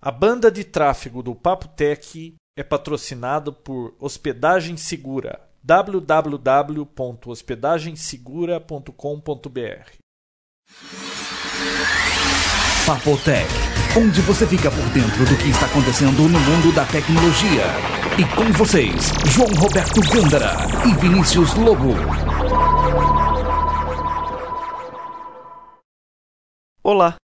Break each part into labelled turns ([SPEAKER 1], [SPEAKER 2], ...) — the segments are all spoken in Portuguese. [SPEAKER 1] A banda de tráfego do Papo Tech é patrocinada por Hospedagem Segura www.hospedagensegura.com.br
[SPEAKER 2] Papotec, onde você fica por dentro do que está acontecendo no mundo da tecnologia. E com vocês, João Roberto Gândara e Vinícius Lobo.
[SPEAKER 1] Olá.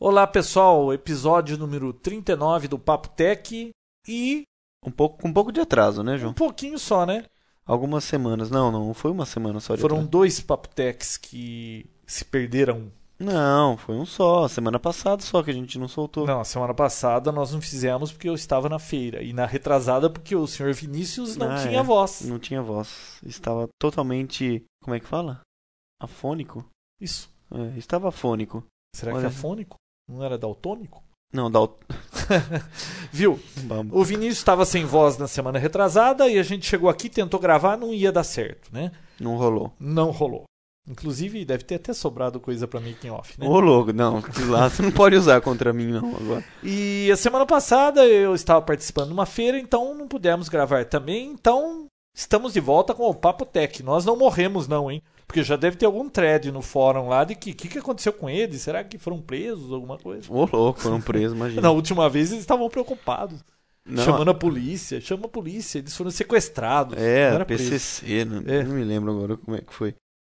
[SPEAKER 1] Olá, pessoal. Episódio número 39 do Papo Tech e
[SPEAKER 3] Um pouco, com um pouco de atraso, né,
[SPEAKER 1] um
[SPEAKER 3] João?
[SPEAKER 1] pouquinho só, né?
[SPEAKER 3] Algumas semanas. Não, não foi uma semana só de
[SPEAKER 1] Foram
[SPEAKER 3] atraso.
[SPEAKER 1] dois Papo Techs que se perderam.
[SPEAKER 3] Não, foi um só. Semana passada só que a gente não soltou.
[SPEAKER 1] Não, a semana passada nós não fizemos porque eu estava na feira e na retrasada porque o senhor Vinícius não
[SPEAKER 3] Ah,
[SPEAKER 1] tinha
[SPEAKER 3] é.
[SPEAKER 1] voz.
[SPEAKER 3] Não tinha voz. Estava totalmente. Como é que fala? Afônico?
[SPEAKER 1] Isso.
[SPEAKER 3] É, estava afônico.
[SPEAKER 1] Será que
[SPEAKER 3] Olha.
[SPEAKER 1] é fônico? Não era daltônico?
[SPEAKER 3] Não, dá o.
[SPEAKER 1] Viu? O Vinícius estava sem voz na semana retrasada e a gente chegou aqui, tentou gravar, não ia dar certo, né?
[SPEAKER 3] Não rolou.
[SPEAKER 1] Não rolou. Inclusive, deve ter até sobrado coisa para making off, né?
[SPEAKER 3] Ô, louco, não. De lá você não pode usar contra mim, não, agora.
[SPEAKER 1] E a semana passada eu estava participando de uma feira, então não pudemos gravar também. Então estamos de volta com o Papo Tech. Nós não morremos, não, hein? Porque já deve ter algum thread no fórum lá de que o que, que aconteceu com eles? Será que foram presos? Alguma coisa?
[SPEAKER 3] Ô, louco, foram presos, imagina.
[SPEAKER 1] Na última vez eles estavam preocupados,
[SPEAKER 3] Não,
[SPEAKER 1] chamando a polícia. Chama a polícia, eles foram sequestrados. não
[SPEAKER 3] É,
[SPEAKER 1] era preso.
[SPEAKER 3] PCC, não,
[SPEAKER 1] É.
[SPEAKER 3] né? não me lembro agora como é que foi.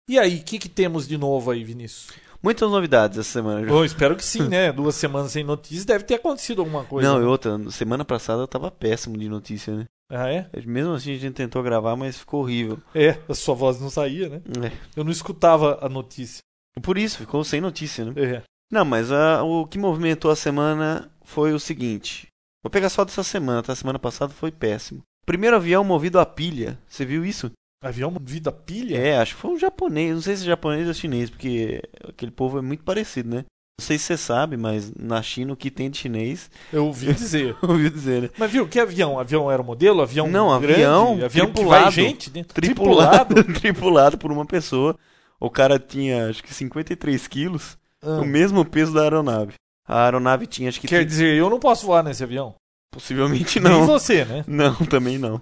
[SPEAKER 1] E aí, o que, que temos de novo aí, Vinícius?
[SPEAKER 3] Muitas novidades essa semana, João.
[SPEAKER 1] Bom, espero que sim, né? Duas semanas sem notícias, deve ter acontecido alguma coisa.
[SPEAKER 3] Não, e outra, semana passada eu tava péssimo de notícia, né?
[SPEAKER 1] Ah, é?
[SPEAKER 3] Mesmo assim a gente tentou gravar, mas ficou horrível.
[SPEAKER 1] É, a sua voz não saía, né?
[SPEAKER 3] É.
[SPEAKER 1] Eu não escutava a notícia.
[SPEAKER 3] Por isso, ficou sem notícia, né?
[SPEAKER 1] É.
[SPEAKER 3] Não, mas ah, o que movimentou a semana foi o seguinte. Vou pegar só dessa semana, tá? Semana passada foi péssimo. Primeiro avião movido a pilha. Você viu isso?
[SPEAKER 1] Avião movido a pilha?
[SPEAKER 3] É, acho que foi um japonês. Não sei se é japonês ou chinês, porque aquele povo é muito parecido, né? Não sei se você sabe, mas na China o que tem de chinês,
[SPEAKER 1] Eu ouvi dizer.
[SPEAKER 3] ouviu dizer, né?
[SPEAKER 1] Mas viu, que avião? Avião era o modelo? Avião
[SPEAKER 3] Não,
[SPEAKER 1] grande?
[SPEAKER 3] avião
[SPEAKER 1] que vai
[SPEAKER 3] tripulado.
[SPEAKER 1] gente dentro?
[SPEAKER 3] tripulado, tripulado por uma pessoa. O cara tinha, acho que 53 quilos,
[SPEAKER 1] Ah,
[SPEAKER 3] o mesmo peso da aeronave. A aeronave tinha, acho que
[SPEAKER 1] Quer
[SPEAKER 3] tri-
[SPEAKER 1] dizer, eu não posso voar nesse avião.
[SPEAKER 3] possivelmente
[SPEAKER 1] Nem
[SPEAKER 3] não.
[SPEAKER 1] você, né?
[SPEAKER 3] Não, também não.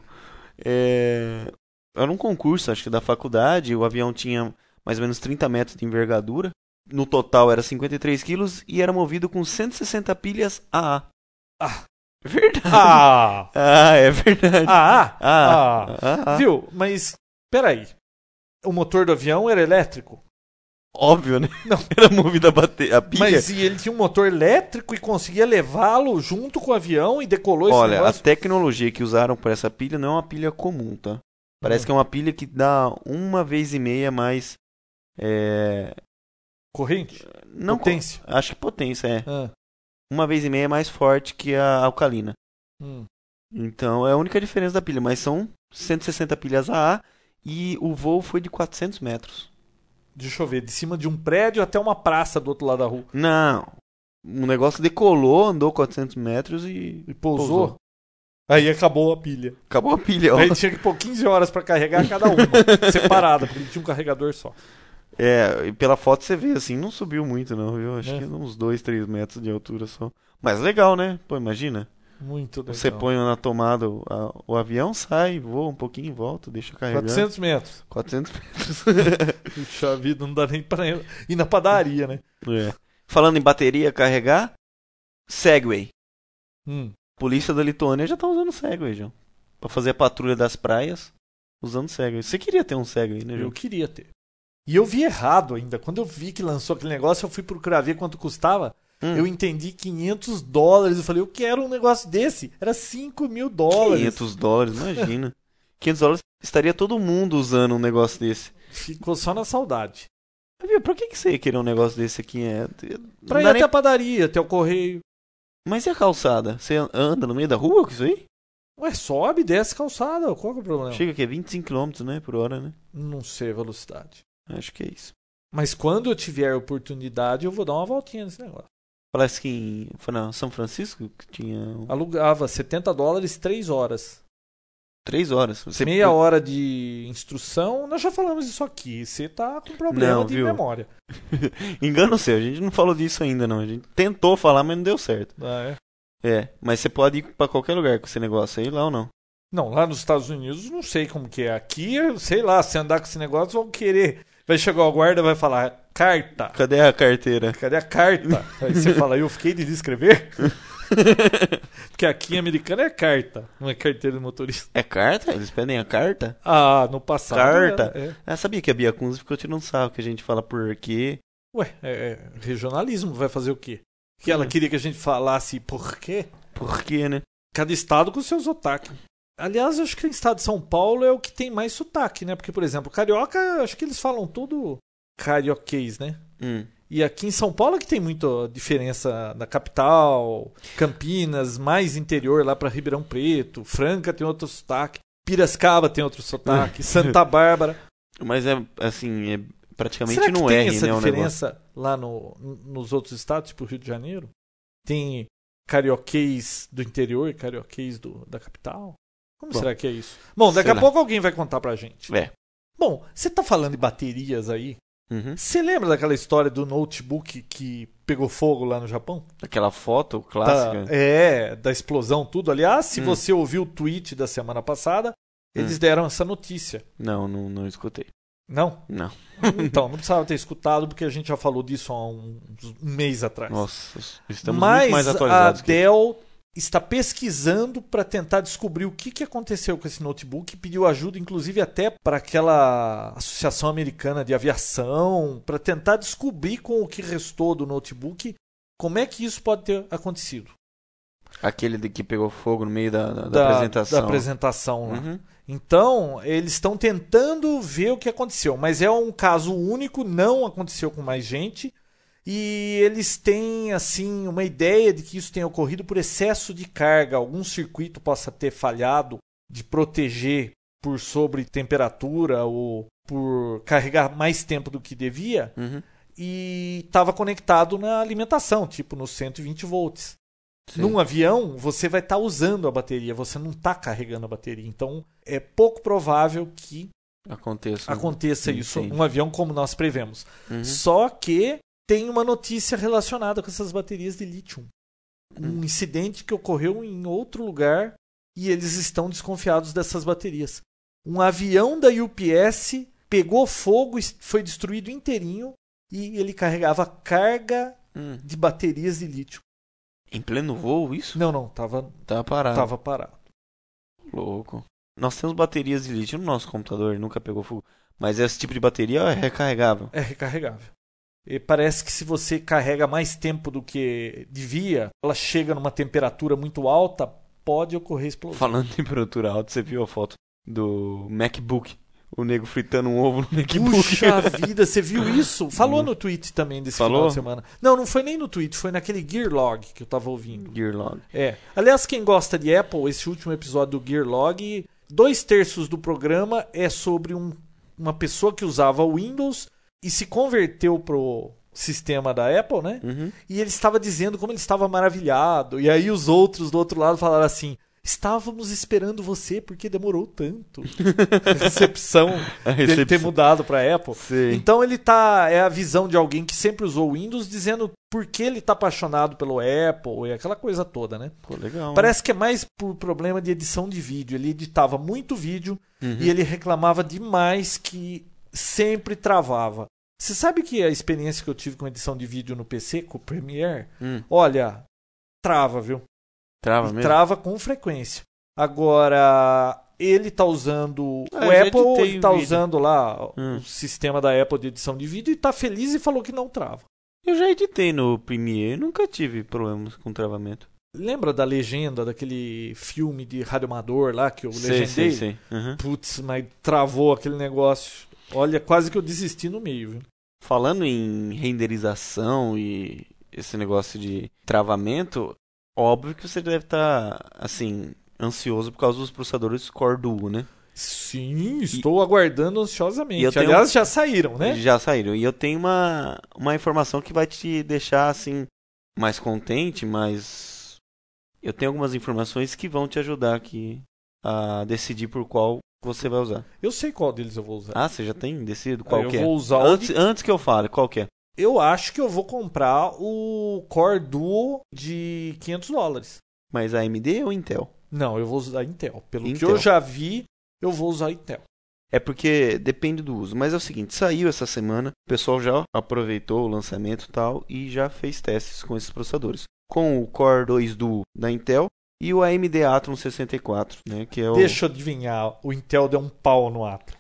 [SPEAKER 3] É... Era um concurso, acho que da faculdade. O avião tinha mais ou menos 30 metros de envergadura. No total era 53 quilos e era movido com 160 pilhas AA.
[SPEAKER 1] Ah.
[SPEAKER 3] Verdade.
[SPEAKER 1] Ah!
[SPEAKER 3] Ah, é verdade.
[SPEAKER 1] Ah!
[SPEAKER 3] Ah,
[SPEAKER 1] Ah.
[SPEAKER 3] ah, ah.
[SPEAKER 1] Viu? Mas, peraí. O motor do avião era elétrico?
[SPEAKER 3] Óbvio, né?
[SPEAKER 1] Não.
[SPEAKER 3] Era movido a, bater, a pilha.
[SPEAKER 1] Mas e ele tinha um motor elétrico e conseguia levá-lo junto com o avião e decolou esse
[SPEAKER 3] Olha, a
[SPEAKER 1] negócio?
[SPEAKER 3] tecnologia que usaram para essa pilha não é uma pilha comum, tá?
[SPEAKER 1] Hum.
[SPEAKER 3] Parece que é uma pilha que dá uma vez e meia mais. É...
[SPEAKER 1] Corrente?
[SPEAKER 3] Não co-
[SPEAKER 1] Potência?
[SPEAKER 3] Acho que potência, é.
[SPEAKER 1] Ah,
[SPEAKER 3] Uma vez e meia mais forte que a alcalina.
[SPEAKER 1] hum.
[SPEAKER 3] Então é a única diferença da pilha, mas são 160 pilhas AA e o voo foi de 400 metros.
[SPEAKER 1] Deixa eu ver. De cima de um prédio até uma praça do outro lado da rua.
[SPEAKER 3] Não. O negócio decolou, andou 400 metros e
[SPEAKER 1] E pousou.
[SPEAKER 3] Pousou.
[SPEAKER 1] Aí acabou a pilha.
[SPEAKER 3] acabou a pilha. ó.
[SPEAKER 1] Aí tinha que pôr 15 horas pra carregar cada uma, separada, porque tinha um carregador só.
[SPEAKER 3] É, e pela foto você vê, assim, não subiu muito não, viu? Acho
[SPEAKER 1] É.
[SPEAKER 3] que uns 2, 3 metros de altura só. Mas legal, né? Pô, imagina.
[SPEAKER 1] Muito legal.
[SPEAKER 3] Você põe na tomada o, a- o avião, sai, voa um pouquinho, volta, deixa carregando.
[SPEAKER 1] 400 metros.
[SPEAKER 3] 400 metros.
[SPEAKER 1] Puxa vida, não dá nem pra ir na padaria, né?
[SPEAKER 3] É. Falando em bateria, carregar, Segway.
[SPEAKER 1] Hum.
[SPEAKER 3] Polícia da Lituânia já tá usando Segway, João. Pra fazer a patrulha das praias, usando Segway. Você queria ter um Segway, né,
[SPEAKER 1] Eu
[SPEAKER 3] João?
[SPEAKER 1] queria ter. E eu vi errado ainda. Quando eu vi que lançou aquele negócio, eu fui procurar ver quanto custava.
[SPEAKER 3] Hum.
[SPEAKER 1] Eu entendi 500 dólares. Eu falei, eu quero um negócio desse. Era 5 mil dólares.
[SPEAKER 3] 500 dólares, imagina. 500 dólares, estaria todo mundo usando um negócio desse.
[SPEAKER 1] Ficou só na saudade.
[SPEAKER 3] Mas, Viu, pra que, que você ia querer um negócio desse aqui? É...
[SPEAKER 1] Pra
[SPEAKER 3] não
[SPEAKER 1] ir
[SPEAKER 3] dá
[SPEAKER 1] até
[SPEAKER 3] nem-
[SPEAKER 1] a padaria, até o correio.
[SPEAKER 3] Mas e a calçada? Você anda no meio da rua com isso aí?
[SPEAKER 1] Ué, sobe, desce calçada. Qual que é o problema?
[SPEAKER 3] Chega que é 25 km né, por hora, né?
[SPEAKER 1] Não sei a velocidade.
[SPEAKER 3] Acho que é isso.
[SPEAKER 1] Mas quando eu tiver oportunidade, eu vou dar uma voltinha nesse negócio.
[SPEAKER 3] Parece que em foi na São Francisco que tinha
[SPEAKER 1] Alugava 70 dólares, 3 horas.
[SPEAKER 3] 3 horas. Você...
[SPEAKER 1] Meia hora de instrução. Nós já falamos isso aqui. Você tá com problema
[SPEAKER 3] Não,
[SPEAKER 1] de
[SPEAKER 3] viu?
[SPEAKER 1] memória.
[SPEAKER 3] Engano seu, a gente não falou disso ainda não. A gente tentou falar, mas não deu certo.
[SPEAKER 1] Ah, é?
[SPEAKER 3] É, mas você pode ir pra qualquer lugar com esse negócio aí lá ou não?
[SPEAKER 1] Não, lá nos Estados Unidos não sei como que é. Aqui, eu sei lá, se andar com esse negócio, vão querer. Vai chegar o guarda vai falar, carta.
[SPEAKER 3] Cadê a carteira?
[SPEAKER 1] Cadê a carta? Aí você fala, eu fiquei de escrever? Porque aqui em americano é carta, não é carteira de motorista.
[SPEAKER 3] É carta? Eles pedem a carta?
[SPEAKER 1] Ah, no passado.
[SPEAKER 3] Carta?
[SPEAKER 1] era- é.
[SPEAKER 3] Ah, sabia que a Bia Kunze ficou tirando sarro que a gente fala por quê?
[SPEAKER 1] Ué, é, é regionalismo, vai fazer o quê? Que ela
[SPEAKER 3] Sim.
[SPEAKER 1] queria que a gente falasse por quê?
[SPEAKER 3] Por quê, né?
[SPEAKER 1] Cada estado com seus sotaques. Aliás, acho que o estado de São Paulo é o que tem mais sotaque, né? Porque, por exemplo, carioca, acho que eles falam tudo carioquês, né?
[SPEAKER 3] Hum.
[SPEAKER 1] E aqui em São Paulo é que tem muita diferença da capital, Campinas, mais interior lá pra Ribeirão Preto, Franca tem outro sotaque, Piracicaba tem outro sotaque, Santa Bárbara.
[SPEAKER 3] Mas é, assim, é praticamente
[SPEAKER 1] Será que
[SPEAKER 3] não
[SPEAKER 1] tem
[SPEAKER 3] R,
[SPEAKER 1] essa
[SPEAKER 3] né, o negócio.
[SPEAKER 1] diferença lá no, nos outros estados, tipo Rio de Janeiro? Tem carioquês do interior e carioquês do, da capital? Como
[SPEAKER 3] Bom,
[SPEAKER 1] será que é isso? Bom, daqui
[SPEAKER 3] sei
[SPEAKER 1] a
[SPEAKER 3] lá.
[SPEAKER 1] pouco alguém vai contar pra gente.
[SPEAKER 3] É.
[SPEAKER 1] Bom, você tá falando de baterias aí.
[SPEAKER 3] Uhum.
[SPEAKER 1] Você lembra daquela história do notebook que pegou fogo lá no Japão?
[SPEAKER 3] Aquela foto
[SPEAKER 1] Da,
[SPEAKER 3] clássica.
[SPEAKER 1] é, da explosão, tudo. Aliás, se
[SPEAKER 3] Hum.
[SPEAKER 1] você ouviu o tweet da semana passada, eles deram essa notícia.
[SPEAKER 3] Não, não, não escutei.
[SPEAKER 1] Não?
[SPEAKER 3] Não.
[SPEAKER 1] Então, não precisava ter escutado, porque a gente já falou disso há um, um mês atrás.
[SPEAKER 3] Nossa, estamos
[SPEAKER 1] Mas
[SPEAKER 3] muito mais atualizados
[SPEAKER 1] a
[SPEAKER 3] que...
[SPEAKER 1] Dell está pesquisando para tentar descobrir o que, que aconteceu com esse notebook. Pediu ajuda, inclusive, até para aquela Associação Americana de Aviação, para tentar descobrir com o que restou do notebook como é que isso pode ter acontecido.
[SPEAKER 3] Aquele de que pegou fogo no meio da, da- da apresentação.
[SPEAKER 1] da apresentação lá.
[SPEAKER 3] Uhum.
[SPEAKER 1] Então, eles estão tentando ver o que aconteceu, mas é um caso único, não aconteceu com mais gente. E eles têm, assim, uma ideia de que isso tenha ocorrido por excesso de carga. Algum circuito possa ter falhado de proteger por sobre temperatura ou por carregar mais tempo do que devia
[SPEAKER 3] Uhum.
[SPEAKER 1] e estava conectado na alimentação, tipo nos 120 volts.
[SPEAKER 3] Sim.
[SPEAKER 1] Num avião, você vai estar usando a bateria, você não está carregando a bateria. Então, é pouco provável que
[SPEAKER 3] Aconteça.
[SPEAKER 1] aconteça isso
[SPEAKER 3] Entendi.
[SPEAKER 1] num avião como nós prevemos.
[SPEAKER 3] Uhum.
[SPEAKER 1] Só que tem uma notícia relacionada com essas baterias de lítio. Um
[SPEAKER 3] Hum.
[SPEAKER 1] incidente que ocorreu em outro lugar e eles estão desconfiados dessas baterias. Um avião da UPS pegou fogo, e foi destruído inteirinho e ele carregava carga
[SPEAKER 3] Hum.
[SPEAKER 1] de baterias de lítio.
[SPEAKER 3] Em pleno voo, isso?
[SPEAKER 1] Não, não, Tá. tava,
[SPEAKER 3] Tá parado.
[SPEAKER 1] tava parado.
[SPEAKER 3] Louco. Nós temos baterias de lítio no nosso computador, nunca pegou fogo. Mas esse tipo de bateria é recarregável.
[SPEAKER 1] É recarregável. E parece que se você carrega mais tempo do que devia, ela chega numa temperatura muito alta, pode ocorrer explosão.
[SPEAKER 3] Falando em temperatura alta, você viu a foto do MacBook? O nego fritando um ovo no MacBook.
[SPEAKER 1] Puxa vida, você viu isso? Falou no tweet também desse final
[SPEAKER 3] Falou?
[SPEAKER 1] de semana. Não, não foi nem no tweet, foi naquele Gearlog que eu tava ouvindo.
[SPEAKER 3] Gearlog.
[SPEAKER 1] É. Aliás, quem gosta de Apple, esse último episódio do Gearlog, dois terços do programa é sobre um- uma pessoa que usava o Windows e se converteu pro sistema da Apple, né?
[SPEAKER 3] Uhum.
[SPEAKER 1] E ele estava dizendo como ele estava maravilhado. E aí os outros do outro lado falaram assim: estávamos esperando você porque demorou tanto. A recepção
[SPEAKER 3] A
[SPEAKER 1] dele ter
[SPEAKER 3] recepção.
[SPEAKER 1] mudado para Apple.
[SPEAKER 3] Sim.
[SPEAKER 1] Então ele tá. É a visão de alguém que sempre usou Windows dizendo por que ele tá apaixonado pelo Apple e aquela coisa toda, né?
[SPEAKER 3] Pô, legal.
[SPEAKER 1] Parece que é mais por problema de edição de vídeo. Ele editava muito vídeo
[SPEAKER 3] Uhum.
[SPEAKER 1] e ele reclamava demais que sempre travava. Você sabe que a experiência que eu tive com edição de vídeo no PC, com o Premiere,
[SPEAKER 3] Hum.
[SPEAKER 1] olha, trava, viu?
[SPEAKER 3] Trava
[SPEAKER 1] E
[SPEAKER 3] mesmo?
[SPEAKER 1] trava com frequência. Agora, ele tá usando
[SPEAKER 3] Ah,
[SPEAKER 1] o
[SPEAKER 3] eu já
[SPEAKER 1] Apple,
[SPEAKER 3] editei
[SPEAKER 1] ele
[SPEAKER 3] o
[SPEAKER 1] tá
[SPEAKER 3] vídeo.
[SPEAKER 1] usando lá
[SPEAKER 3] Hum.
[SPEAKER 1] o sistema da Apple de edição de vídeo e tá feliz e falou que não trava.
[SPEAKER 3] Eu já editei no Premiere, nunca tive problemas com travamento.
[SPEAKER 1] Lembra da legenda daquele filme de radioamador lá que eu
[SPEAKER 3] Sei,
[SPEAKER 1] legendei?
[SPEAKER 3] sei, sei. Uhum.
[SPEAKER 1] Putz, mas travou aquele negócio. Olha, quase que eu desisti no meio, viu?
[SPEAKER 3] Falando em renderização e esse negócio de travamento, óbvio que você deve estar, assim, ansioso por causa dos processadores Core Duo, né?
[SPEAKER 1] Sim, estou aguardando ansiosamente.
[SPEAKER 3] E eu tenho-
[SPEAKER 1] Aliás, já saíram, né?
[SPEAKER 3] Eles já saíram. E eu tenho uma, uma informação que vai te deixar, assim, mais contente, mas eu tenho algumas informações que vão te ajudar aqui a decidir por qual você vai usar.
[SPEAKER 1] Eu sei qual deles eu vou usar.
[SPEAKER 3] Ah, você já tem decidido
[SPEAKER 1] Ah,
[SPEAKER 3] qual
[SPEAKER 1] eu
[SPEAKER 3] que é?
[SPEAKER 1] vou usar o.
[SPEAKER 3] Antes,
[SPEAKER 1] de-
[SPEAKER 3] antes que eu fale, qual que é?
[SPEAKER 1] Eu acho que eu vou comprar o Core Duo de 500 dólares.
[SPEAKER 3] Mas AMD ou Intel?
[SPEAKER 1] Não, eu vou usar Intel. Pelo que
[SPEAKER 3] Intel.
[SPEAKER 1] eu já vi, eu vou usar Intel.
[SPEAKER 3] É porque depende do uso. Mas é o seguinte, saiu essa semana, o pessoal já aproveitou o lançamento e tal e já fez testes com esses processadores. Com o Core 2 Duo da Intel e o AMD Athlon 64, né, que é o
[SPEAKER 1] Deixa eu adivinhar, o Intel deu um pau no Atlas.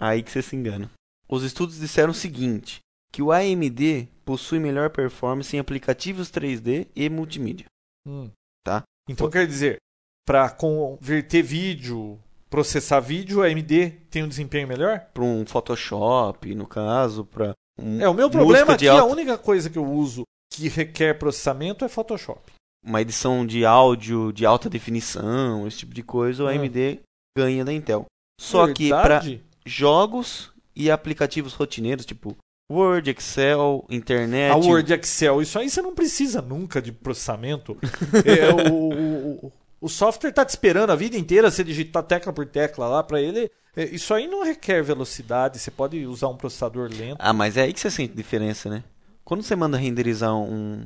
[SPEAKER 3] aí que você se engana. Os estudos disseram o seguinte, que o AMD possui melhor performance em aplicativos 3D e multimídia.
[SPEAKER 1] Hum.
[SPEAKER 3] Tá.
[SPEAKER 1] Então quer dizer, para converter vídeo, processar vídeo, a AMD tem um desempenho melhor?
[SPEAKER 3] Para um Photoshop, no caso, para um
[SPEAKER 1] É, o meu
[SPEAKER 3] música
[SPEAKER 1] problema aqui,
[SPEAKER 3] de
[SPEAKER 1] a
[SPEAKER 3] alta,
[SPEAKER 1] única coisa que eu uso que requer processamento é Photoshop.
[SPEAKER 3] uma edição de áudio de alta definição, esse tipo de coisa, o
[SPEAKER 1] Ah.
[SPEAKER 3] AMD ganha da Intel. Só que para
[SPEAKER 1] Verdade?
[SPEAKER 3] jogos e aplicativos rotineiros, tipo Word, Excel, internet,
[SPEAKER 1] A Word, Excel, isso aí você não precisa nunca de processamento. É, o, o- o- o software tá te esperando a vida inteira você digitar tecla por tecla lá para ele. É, Isso aí não requer velocidade, você pode usar um processador lento.
[SPEAKER 3] Ah, mas é aí que você sente diferença, né? Quando você manda renderizar um,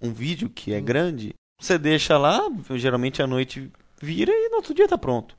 [SPEAKER 3] um vídeo que é
[SPEAKER 1] Hum.
[SPEAKER 3] grande, você deixa lá, geralmente à noite vira e no outro dia tá pronto.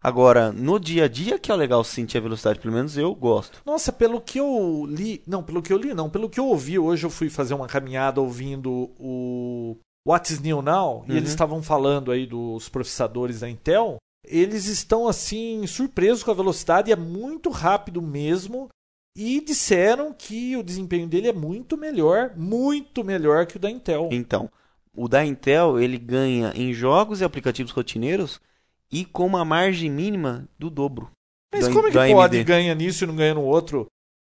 [SPEAKER 3] Agora, no dia a dia que é legal sentir a velocidade, pelo menos eu gosto.
[SPEAKER 1] Nossa, pelo que eu li, não, pelo que eu li não, pelo que eu ouvi, hoje eu fui fazer uma caminhada ouvindo o What's New Now, e
[SPEAKER 3] Uhum.
[SPEAKER 1] eles estavam falando aí dos processadores da Intel, eles estão assim surpresos com a velocidade, é muito rápido mesmo, e disseram que o desempenho dele é muito melhor, muito melhor que o da Intel.
[SPEAKER 3] Então, o da Intel, ele ganha em jogos e aplicativos rotineiros e com uma margem mínima do dobro.
[SPEAKER 1] Mas
[SPEAKER 3] da-
[SPEAKER 1] como é que
[SPEAKER 3] da AMD.
[SPEAKER 1] pode ganha nisso e não ganha no outro?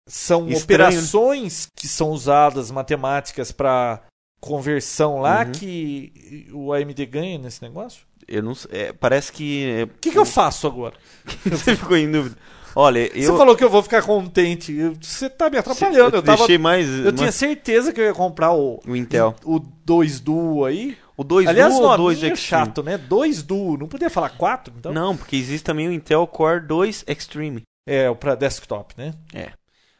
[SPEAKER 1] São
[SPEAKER 3] Estranho,
[SPEAKER 1] operações que são usadas matemáticas para conversão lá
[SPEAKER 3] Uhum.
[SPEAKER 1] que o AMD ganha nesse negócio?
[SPEAKER 3] Eu não sei, é, parece que... é-
[SPEAKER 1] O que, que eu faço agora?
[SPEAKER 3] Você ficou em dúvida. Olha, eu...
[SPEAKER 1] Você falou que eu vou ficar contente. Eu- Você tá me atrapalhando. Eu, tava,
[SPEAKER 3] deixei mais...
[SPEAKER 1] eu
[SPEAKER 3] mais-
[SPEAKER 1] tinha certeza que eu ia comprar o,
[SPEAKER 3] O Intel.
[SPEAKER 1] o 2 Duo aí.
[SPEAKER 3] O 2
[SPEAKER 1] Aliás,
[SPEAKER 3] Duo ou
[SPEAKER 1] não,
[SPEAKER 3] 2
[SPEAKER 1] é
[SPEAKER 3] Extreme?
[SPEAKER 1] chato, né? 2 Duo. Não podia falar 4? Então?
[SPEAKER 3] Não, porque existe também o Intel Core 2 Extreme.
[SPEAKER 1] É, para desktop, né?
[SPEAKER 3] É.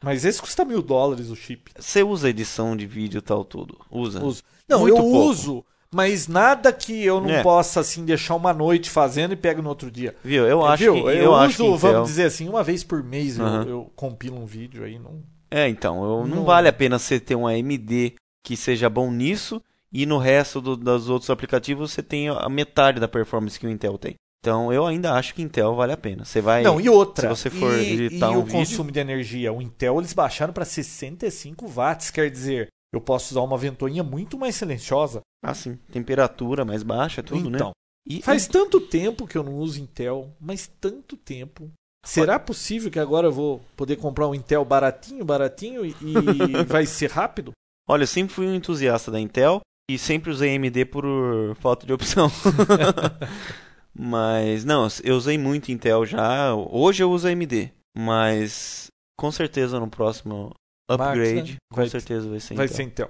[SPEAKER 1] Mas esse custa mil dólares o chip.
[SPEAKER 3] Você usa edição de vídeo e tal tudo? Usa.
[SPEAKER 1] Uso. Não,
[SPEAKER 3] Muito
[SPEAKER 1] eu
[SPEAKER 3] pouco.
[SPEAKER 1] uso, mas nada que eu não
[SPEAKER 3] É.
[SPEAKER 1] possa assim deixar uma noite fazendo e pego no outro dia.
[SPEAKER 3] Viu? Eu acho
[SPEAKER 1] É, Viu?
[SPEAKER 3] que
[SPEAKER 1] Eu,
[SPEAKER 3] eu,
[SPEAKER 1] uso,
[SPEAKER 3] acho que Intel...
[SPEAKER 1] vamos dizer assim, uma vez por mês eu-
[SPEAKER 3] Aham.
[SPEAKER 1] eu, compilo um vídeo aí, não.
[SPEAKER 3] É, então, eu- não,
[SPEAKER 1] Não.
[SPEAKER 3] vale a pena você ter um AMD que seja bom nisso e no resto do, dos outros aplicativos você tem a metade da performance que o Intel tem. Então, eu ainda acho que Intel vale a pena. Você vai
[SPEAKER 1] não, e outra.
[SPEAKER 3] É, se você for
[SPEAKER 1] e,
[SPEAKER 3] digitar
[SPEAKER 1] e
[SPEAKER 3] um
[SPEAKER 1] o
[SPEAKER 3] vídeo-
[SPEAKER 1] consumo de energia, o Intel eles baixaram para 65 watts, quer dizer, eu posso usar uma ventoinha muito mais silenciosa.
[SPEAKER 3] assim, temperatura mais baixa, tudo,
[SPEAKER 1] então,
[SPEAKER 3] né? E
[SPEAKER 1] faz tanto tempo que eu não uso Intel, mas tanto tempo. Será possível que agora eu vou poder comprar um Intel baratinho, baratinho e- e vai ser rápido?
[SPEAKER 3] Olha, eu sempre fui um entusiasta da Intel e sempre usei AMD por falta de opção. mas não, eu usei muito Intel já. Hoje eu uso AMD, mas com certeza no próximo
[SPEAKER 1] Max,
[SPEAKER 3] upgrade,
[SPEAKER 1] né?
[SPEAKER 3] com
[SPEAKER 1] Vai-
[SPEAKER 3] certeza vai ser
[SPEAKER 1] Vai
[SPEAKER 3] Intel.
[SPEAKER 1] ser Intel.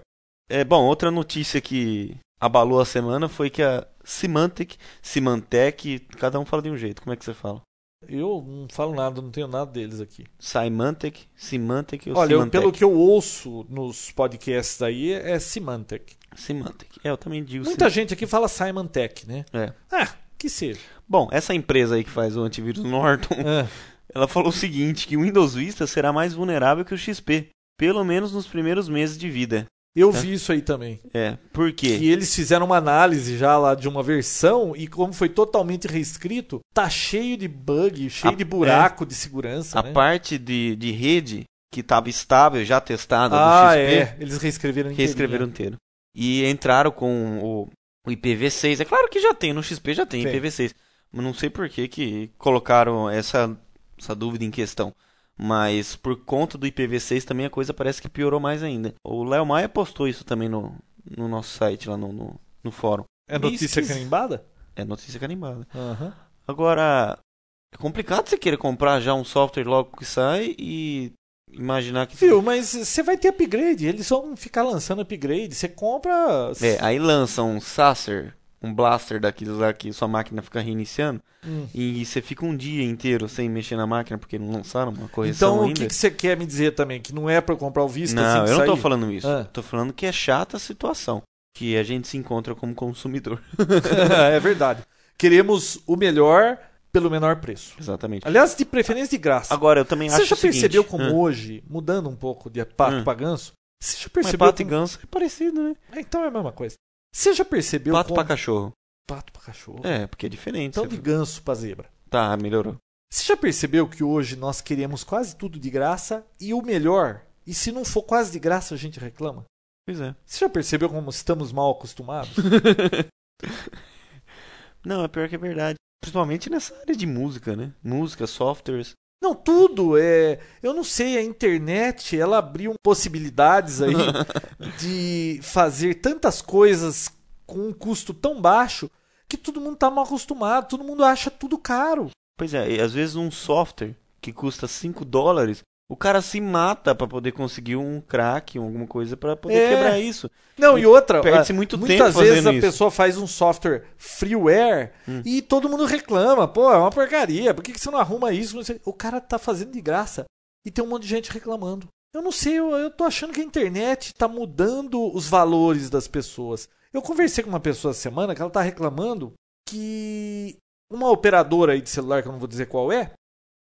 [SPEAKER 3] É, bom, outra notícia que abalou a semana foi que a Symantec, Symantec, cada um fala de um jeito. Como é que você fala?
[SPEAKER 1] Eu não falo nada, não tenho nada deles aqui.
[SPEAKER 3] Symantec, Symantec ou
[SPEAKER 1] Olha, eu-
[SPEAKER 3] Symantec?
[SPEAKER 1] pelo que eu ouço nos podcasts aí, é Symantec.
[SPEAKER 3] Symantec. É, eu também digo
[SPEAKER 1] Muita gente aqui fala Symantec, né?
[SPEAKER 3] É.
[SPEAKER 1] Ah, que seja.
[SPEAKER 3] Bom, essa empresa aí que faz o antivírus Norton,
[SPEAKER 1] Ah,
[SPEAKER 3] ela falou o seguinte, que o Windows Vista será mais vulnerável que o XP, pelo menos nos primeiros meses de vida.
[SPEAKER 1] eu vi isso aí também.
[SPEAKER 3] É, por quê?
[SPEAKER 1] Que eles fizeram uma análise já lá de uma versão e como foi totalmente reescrito, tá cheio de bug, cheio
[SPEAKER 3] A-
[SPEAKER 1] de buraco de segurança,
[SPEAKER 3] Ah, é? A
[SPEAKER 1] né?
[SPEAKER 3] parte de, de rede que estava estável, já testada
[SPEAKER 1] Ah,
[SPEAKER 3] do XP,
[SPEAKER 1] é. Eles reescreveram inteirinha.
[SPEAKER 3] reescreveram inteiro. E entraram com o, o IPv6. É claro que já tem, no XP já tem
[SPEAKER 1] Tem.
[SPEAKER 3] IPv6. Mas não sei por que, que colocaram essa, essa dúvida em questão. Mas por conta do IPv6 também a coisa parece que piorou mais ainda. O Léo Maia postou isso também no, no nosso site, lá no, no, no fórum.
[SPEAKER 1] É notícia
[SPEAKER 3] Esquisito.
[SPEAKER 1] carimbada?
[SPEAKER 3] É notícia carimbada.
[SPEAKER 1] Aham.
[SPEAKER 3] Agora, é complicado você querer comprar já um software logo que sai e imaginar que...
[SPEAKER 1] Viu, mas você vai ter upgrade, eles vão ficar lançando upgrade. Você compra.
[SPEAKER 3] É, aí lança um Sacer, um blaster daqueles lá que sua máquina fica reiniciando,
[SPEAKER 1] Hum.
[SPEAKER 3] e você fica um dia inteiro sem mexer na máquina porque não lançaram uma correção
[SPEAKER 1] Então, o
[SPEAKER 3] ainda.
[SPEAKER 1] que que você quer me dizer também? Que não é pra eu comprar o visto
[SPEAKER 3] não,
[SPEAKER 1] assim que
[SPEAKER 3] eu não tô
[SPEAKER 1] sair?
[SPEAKER 3] falando isso.
[SPEAKER 1] Ah.
[SPEAKER 3] Eu Tô falando que é chata a situação. que a gente se encontra como consumidor.
[SPEAKER 1] é verdade. Queremos o melhor pelo menor preço.
[SPEAKER 3] Exatamente.
[SPEAKER 1] Aliás, de preferência de graça.
[SPEAKER 3] Agora, eu também
[SPEAKER 1] Você
[SPEAKER 3] acho
[SPEAKER 1] já
[SPEAKER 3] o seguinte,
[SPEAKER 1] percebeu como
[SPEAKER 3] ah,
[SPEAKER 1] hoje, mudando um pouco de pato
[SPEAKER 3] Hum.
[SPEAKER 1] pra ganso, você já
[SPEAKER 3] mas
[SPEAKER 1] percebeu.
[SPEAKER 3] pato e
[SPEAKER 1] como-
[SPEAKER 3] ganso é parecido, né?
[SPEAKER 1] É, Então é a mesma coisa. Você já percebeu
[SPEAKER 3] pato
[SPEAKER 1] como...
[SPEAKER 3] pra cachorro.
[SPEAKER 1] pato pra cachorro?
[SPEAKER 3] É, porque é diferente.
[SPEAKER 1] Então
[SPEAKER 3] Você-
[SPEAKER 1] de ganso pra zebra.
[SPEAKER 3] Tá, melhorou.
[SPEAKER 1] Você já percebeu que hoje nós queremos quase tudo de graça e o melhor? E se não for quase de graça, a gente reclama?
[SPEAKER 3] Pois é.
[SPEAKER 1] Você já percebeu como estamos mal acostumados?
[SPEAKER 3] Não, é pior que é verdade. Principalmente nessa área de música, né? Música, softwares.
[SPEAKER 1] Não, tudo é. Eu não sei, a internet ela abriu possibilidades aí de fazer tantas coisas com um custo tão baixo que todo mundo tá mal acostumado, todo mundo acha tudo caro.
[SPEAKER 3] Pois é, e às vezes um software que custa 5 dólares, o cara se mata pra poder conseguir um crack, alguma coisa pra poder
[SPEAKER 1] É.
[SPEAKER 3] quebrar isso.
[SPEAKER 1] Não, e outra,
[SPEAKER 3] Perde-se
[SPEAKER 1] ah,
[SPEAKER 3] muito tempo
[SPEAKER 1] muitas vezes
[SPEAKER 3] fazendo
[SPEAKER 1] a
[SPEAKER 3] isso. Hum.
[SPEAKER 1] pessoa faz um software freeware e todo mundo reclama, pô, é uma porcaria, por que, que você não arruma isso? Não sei- O cara tá fazendo de graça e tem um monte de gente reclamando. Eu não sei, eu, eu tô achando que a internet tá mudando os valores das pessoas. Eu conversei com uma pessoa essa semana que ela tá reclamando que uma operadora aí de celular, que eu não vou dizer qual é,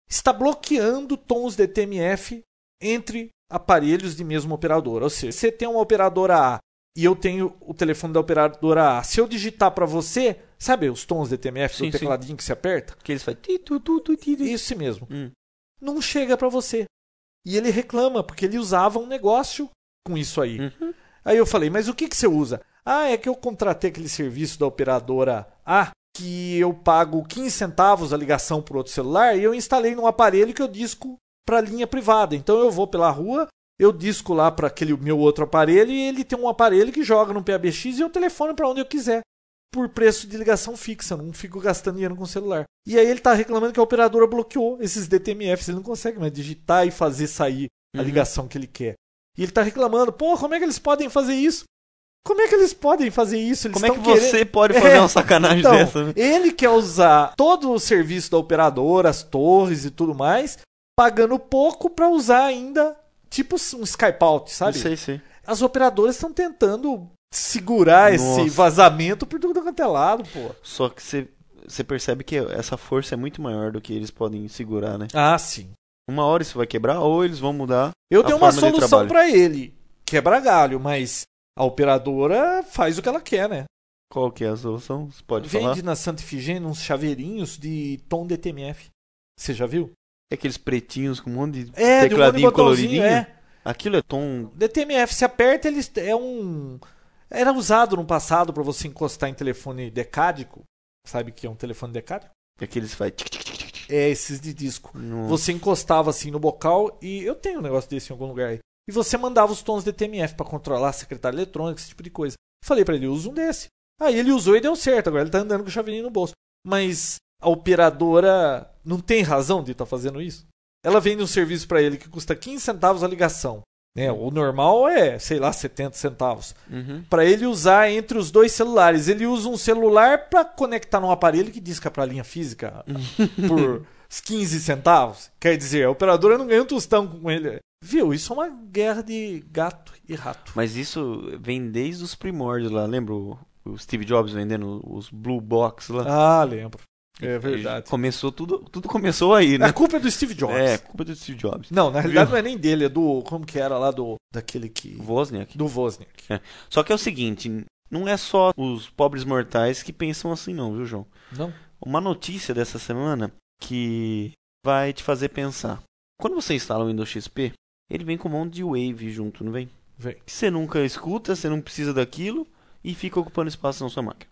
[SPEAKER 1] está bloqueando tons de TMF entre aparelhos de mesmo operadora. Ou seja, você tem uma operadora A e eu tenho o telefone da operadora A. Se eu digitar para você, sabe os tons de TMF
[SPEAKER 3] Sim,
[SPEAKER 1] do
[SPEAKER 3] sim.
[SPEAKER 1] tecladinho que se aperta?
[SPEAKER 3] Que eles fazem. ti, tu, tu, tu, ti, ti.
[SPEAKER 1] Isso mesmo.
[SPEAKER 3] Hum.
[SPEAKER 1] Não chega para você. E ele reclama, porque ele usava um negócio com isso aí.
[SPEAKER 3] Uhum.
[SPEAKER 1] Aí eu falei, mas o que, que você usa? Ah, é que eu contratei aquele serviço da operadora A, que eu pago 15 centavos a ligação por outro celular, e eu instalei num aparelho que eu disco para linha privada. Então eu vou pela rua, eu disco lá para aquele meu outro aparelho, e ele tem um aparelho que joga no PABX e eu telefono para onde eu quiser. Por preço de ligação fixa, não fico gastando dinheiro com o celular. E aí ele tá reclamando que a operadora bloqueou esses DTMFs, ele não consegue mais digitar e fazer sair a
[SPEAKER 3] Uhum.
[SPEAKER 1] ligação que ele quer. E ele tá reclamando, pô, como é que eles podem fazer isso? Como é que eles podem fazer isso? Eles
[SPEAKER 3] Como é que
[SPEAKER 1] tão querendo-
[SPEAKER 3] você pode fazer
[SPEAKER 1] É,
[SPEAKER 3] uma sacanagem
[SPEAKER 1] então,
[SPEAKER 3] dessa? né?
[SPEAKER 1] Ele quer usar todo o serviço da operadora, as torres e tudo mais, pagando pouco pra usar ainda, tipo um Skype out, sabe?
[SPEAKER 3] Não sei, sei.
[SPEAKER 1] As operadoras estão tentando segurar
[SPEAKER 3] Nossa.
[SPEAKER 1] esse vazamento por tudo quanto é lado, pô.
[SPEAKER 3] Só que você, você percebe que essa força é muito maior do que eles podem segurar, né?
[SPEAKER 1] Ah, sim.
[SPEAKER 3] Uma hora isso vai quebrar ou eles vão mudar.
[SPEAKER 1] Eu
[SPEAKER 3] a
[SPEAKER 1] dei uma
[SPEAKER 3] forma de
[SPEAKER 1] solução
[SPEAKER 3] trabalho.
[SPEAKER 1] pra ele. Quebra galho, mas a operadora faz o que ela quer, né?
[SPEAKER 3] Qual que é a solução? Você pode
[SPEAKER 1] Vende
[SPEAKER 3] falar?
[SPEAKER 1] na Santa Ifigênia uns chaveirinhos de tom DTMF. Você já viu?
[SPEAKER 3] É aqueles pretinhos com um monte
[SPEAKER 1] É, de
[SPEAKER 3] de
[SPEAKER 1] um monte de
[SPEAKER 3] tecladinho
[SPEAKER 1] botãozinho,
[SPEAKER 3] coloridinho?
[SPEAKER 1] é.
[SPEAKER 3] Aquilo é tom.
[SPEAKER 1] DTMF, se aperta, ele é um. Era usado no passado pra você encostar em telefone decádico. Sabe que é um telefone decádico?
[SPEAKER 3] Aqueles faz.
[SPEAKER 1] É esses de disco.
[SPEAKER 3] No...
[SPEAKER 1] Você encostava assim no bocal e eu tenho um negócio desse em algum lugar aí. E você mandava os tons DTMF pra controlar a secretária eletrônica, esse tipo de coisa. Falei pra ele, usa um desse. Aí ele usou e deu certo. Agora ele tá andando com o chaveirinho no bolso. Mas a operadora não tem razão de estar fazendo isso. Ela vende um serviço pra ele que custa 15 centavos a ligação. Né? O normal é, sei lá, 70 centavos.
[SPEAKER 3] Uhum.
[SPEAKER 1] Pra ele usar entre os dois celulares. Ele usa um celular pra conectar num aparelho que disca pra linha física por uns 15 centavos. Quer dizer, a operadora não ganha um tostão com ele. Viu? Isso é uma guerra de gato e rato.
[SPEAKER 3] Mas isso vem desde os primórdios lá. Lembra o, o Steve Jobs vendendo os Blue Box lá?
[SPEAKER 1] Ah, lembro. É verdade.
[SPEAKER 3] Começou tudo, tudo começou aí, né?
[SPEAKER 1] A culpa é do Steve Jobs.
[SPEAKER 3] É, culpa do Steve Jobs.
[SPEAKER 1] Não, na realidade não é nem dele, é do. Como que era lá do. Daquele que.
[SPEAKER 3] Wozniak.
[SPEAKER 1] Do Wozniak.
[SPEAKER 3] né? Só que é o seguinte, não é só os pobres mortais que pensam assim não, viu, João?
[SPEAKER 1] Não?
[SPEAKER 3] Uma notícia dessa semana que vai te fazer pensar. Quando você instala o Windows XP, ele vem com um monte de Wave junto, não vem?
[SPEAKER 1] Vem.
[SPEAKER 3] Que você nunca escuta, você não precisa daquilo e fica ocupando espaço na sua máquina.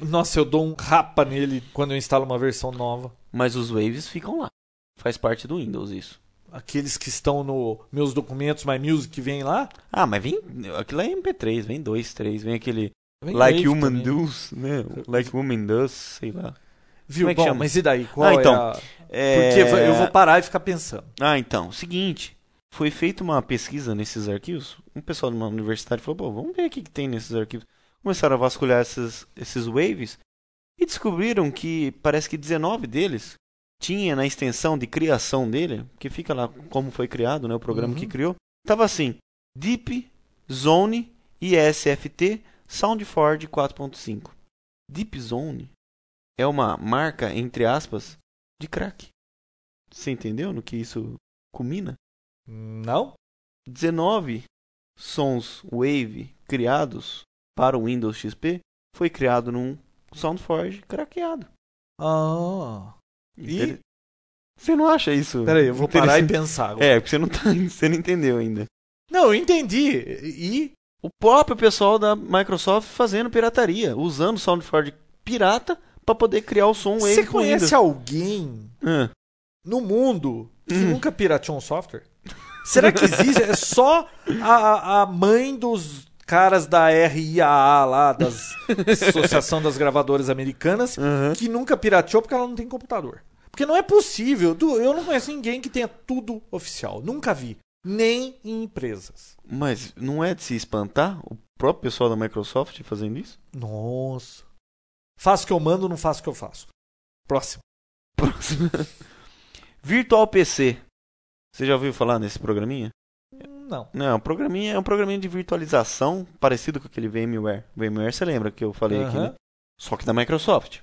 [SPEAKER 1] Nossa, eu dou um rapa nele quando eu instalo uma versão nova.
[SPEAKER 3] Mas os Waves ficam lá. Faz parte do Windows isso.
[SPEAKER 1] Aqueles que estão no meus documentos, My Music, que vem lá.
[SPEAKER 3] Ah, mas vem. Aquilo é MP3, vem 2, 3, vem aquele.
[SPEAKER 1] vem
[SPEAKER 3] like
[SPEAKER 1] Wave
[SPEAKER 3] Human
[SPEAKER 1] também.
[SPEAKER 3] Does, né? Like Woman Does, sei lá.
[SPEAKER 1] Viu?
[SPEAKER 3] Como é que
[SPEAKER 1] Bom,
[SPEAKER 3] chama?
[SPEAKER 1] mas e daí? Qual
[SPEAKER 3] Ah, então.
[SPEAKER 1] é a... Porque eu vou parar e ficar pensando.
[SPEAKER 3] Ah, então, seguinte. Foi feita uma pesquisa nesses arquivos. Um pessoal de uma universidade falou, pô, vamos ver o que, que tem nesses arquivos. Começaram a vasculhar essas, esses waves e descobriram que parece que 19 deles tinha na extensão de criação dele, que fica lá como foi criado, né, o programa
[SPEAKER 1] Uhum.
[SPEAKER 3] que criou. Tava assim, Deep, Zone, ISFT, SoundFord 4.5. Deep Zone é uma marca, entre aspas, de crack. Você entendeu no que isso culmina?
[SPEAKER 1] Não?
[SPEAKER 3] 19 sons Wave criados para o Windows XP foi criado num SoundForge craqueado.
[SPEAKER 1] Ah. E-
[SPEAKER 3] Inter- Você não acha isso?
[SPEAKER 1] Peraí, eu vou parar e
[SPEAKER 3] interessante?
[SPEAKER 1] pensar. agora.
[SPEAKER 3] É, porque você não, tá, você não entendeu ainda.
[SPEAKER 1] Não, eu entendi. E.
[SPEAKER 3] O próprio pessoal da Microsoft fazendo pirataria, usando SoundForge pirata para poder criar o som Wave
[SPEAKER 1] Você
[SPEAKER 3] com
[SPEAKER 1] conhece
[SPEAKER 3] Windows.
[SPEAKER 1] alguém
[SPEAKER 3] Ah,
[SPEAKER 1] no mundo que
[SPEAKER 3] Hum.
[SPEAKER 1] nunca pirateou um software? Será que existe? É só a, a- a mãe dos caras da RIAA lá, das Associação das Gravadoras Americanas,
[SPEAKER 3] Aham.
[SPEAKER 1] que nunca pirateou porque ela não tem computador. Porque não é possível. Du, Eu não conheço ninguém que tenha tudo oficial. Nunca vi. Nem em empresas.
[SPEAKER 3] Mas não é de se espantar o próprio pessoal da Microsoft fazendo isso?
[SPEAKER 1] Nossa. Faço o que eu mando, não faço o que eu faço. Próximo.
[SPEAKER 3] Próximo. Virtual PC. Você já ouviu falar nesse programinha?
[SPEAKER 1] Não.
[SPEAKER 3] Não, o programinha é um programinha de virtualização parecido com aquele VMware. VMware você lembra que eu falei aqui,
[SPEAKER 1] Aham.
[SPEAKER 3] né? Só que da Microsoft.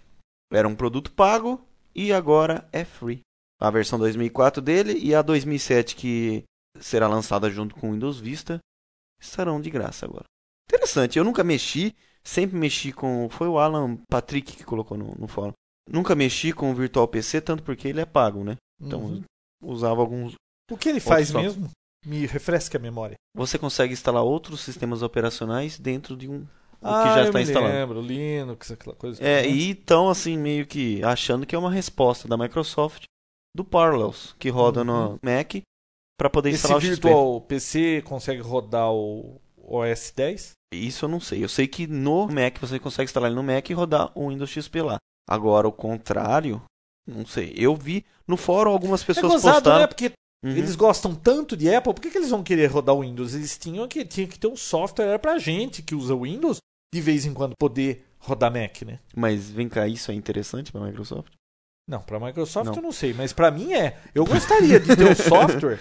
[SPEAKER 3] Era um produto pago e agora é free. A versão 2004 dele e a 2007 que será lançada junto com o Windows Vista estarão de graça agora. Interessante, eu nunca mexi, sempre mexi com. Foi o Alan Patrick que colocou no, no fórum. Nunca mexi com o Virtual PC, tanto porque ele é pago, né? Então
[SPEAKER 1] Uhum.
[SPEAKER 3] usava alguns.
[SPEAKER 1] O que ele faz
[SPEAKER 3] Outro
[SPEAKER 1] mesmo? Me refresca a memória.
[SPEAKER 3] Você consegue instalar outros sistemas operacionais dentro de um. O que
[SPEAKER 1] ah,
[SPEAKER 3] já
[SPEAKER 1] eu
[SPEAKER 3] está
[SPEAKER 1] me
[SPEAKER 3] instalado.
[SPEAKER 1] lembro, Linux, aquela coisa.
[SPEAKER 3] É,
[SPEAKER 1] toda, né?
[SPEAKER 3] e então, assim, meio que achando que é uma resposta da Microsoft do Parallels, que roda no Mac, para poder
[SPEAKER 1] Uhum. Esse
[SPEAKER 3] instalar o XP.
[SPEAKER 1] virtual PC consegue rodar o OS 10?
[SPEAKER 3] Isso eu não sei. Eu sei que no Mac você consegue instalar ele no Mac e rodar o Windows XP lá. Agora, o contrário, não sei. Eu vi no fórum algumas pessoas
[SPEAKER 1] é gozado,
[SPEAKER 3] postaram.
[SPEAKER 1] né? Porque
[SPEAKER 3] Uhum.
[SPEAKER 1] eles gostam tanto de Apple, por que, que eles vão querer rodar o Windows? Eles tinham que, tinha que ter um software, era pra gente que usa o Windows, de vez em quando poder rodar Mac, né?
[SPEAKER 3] Mas vem cá, isso é interessante para Microsoft?
[SPEAKER 1] Não, pra Microsoft
[SPEAKER 3] Não.
[SPEAKER 1] eu não sei, mas pra mim é. Eu gostaria de ter um software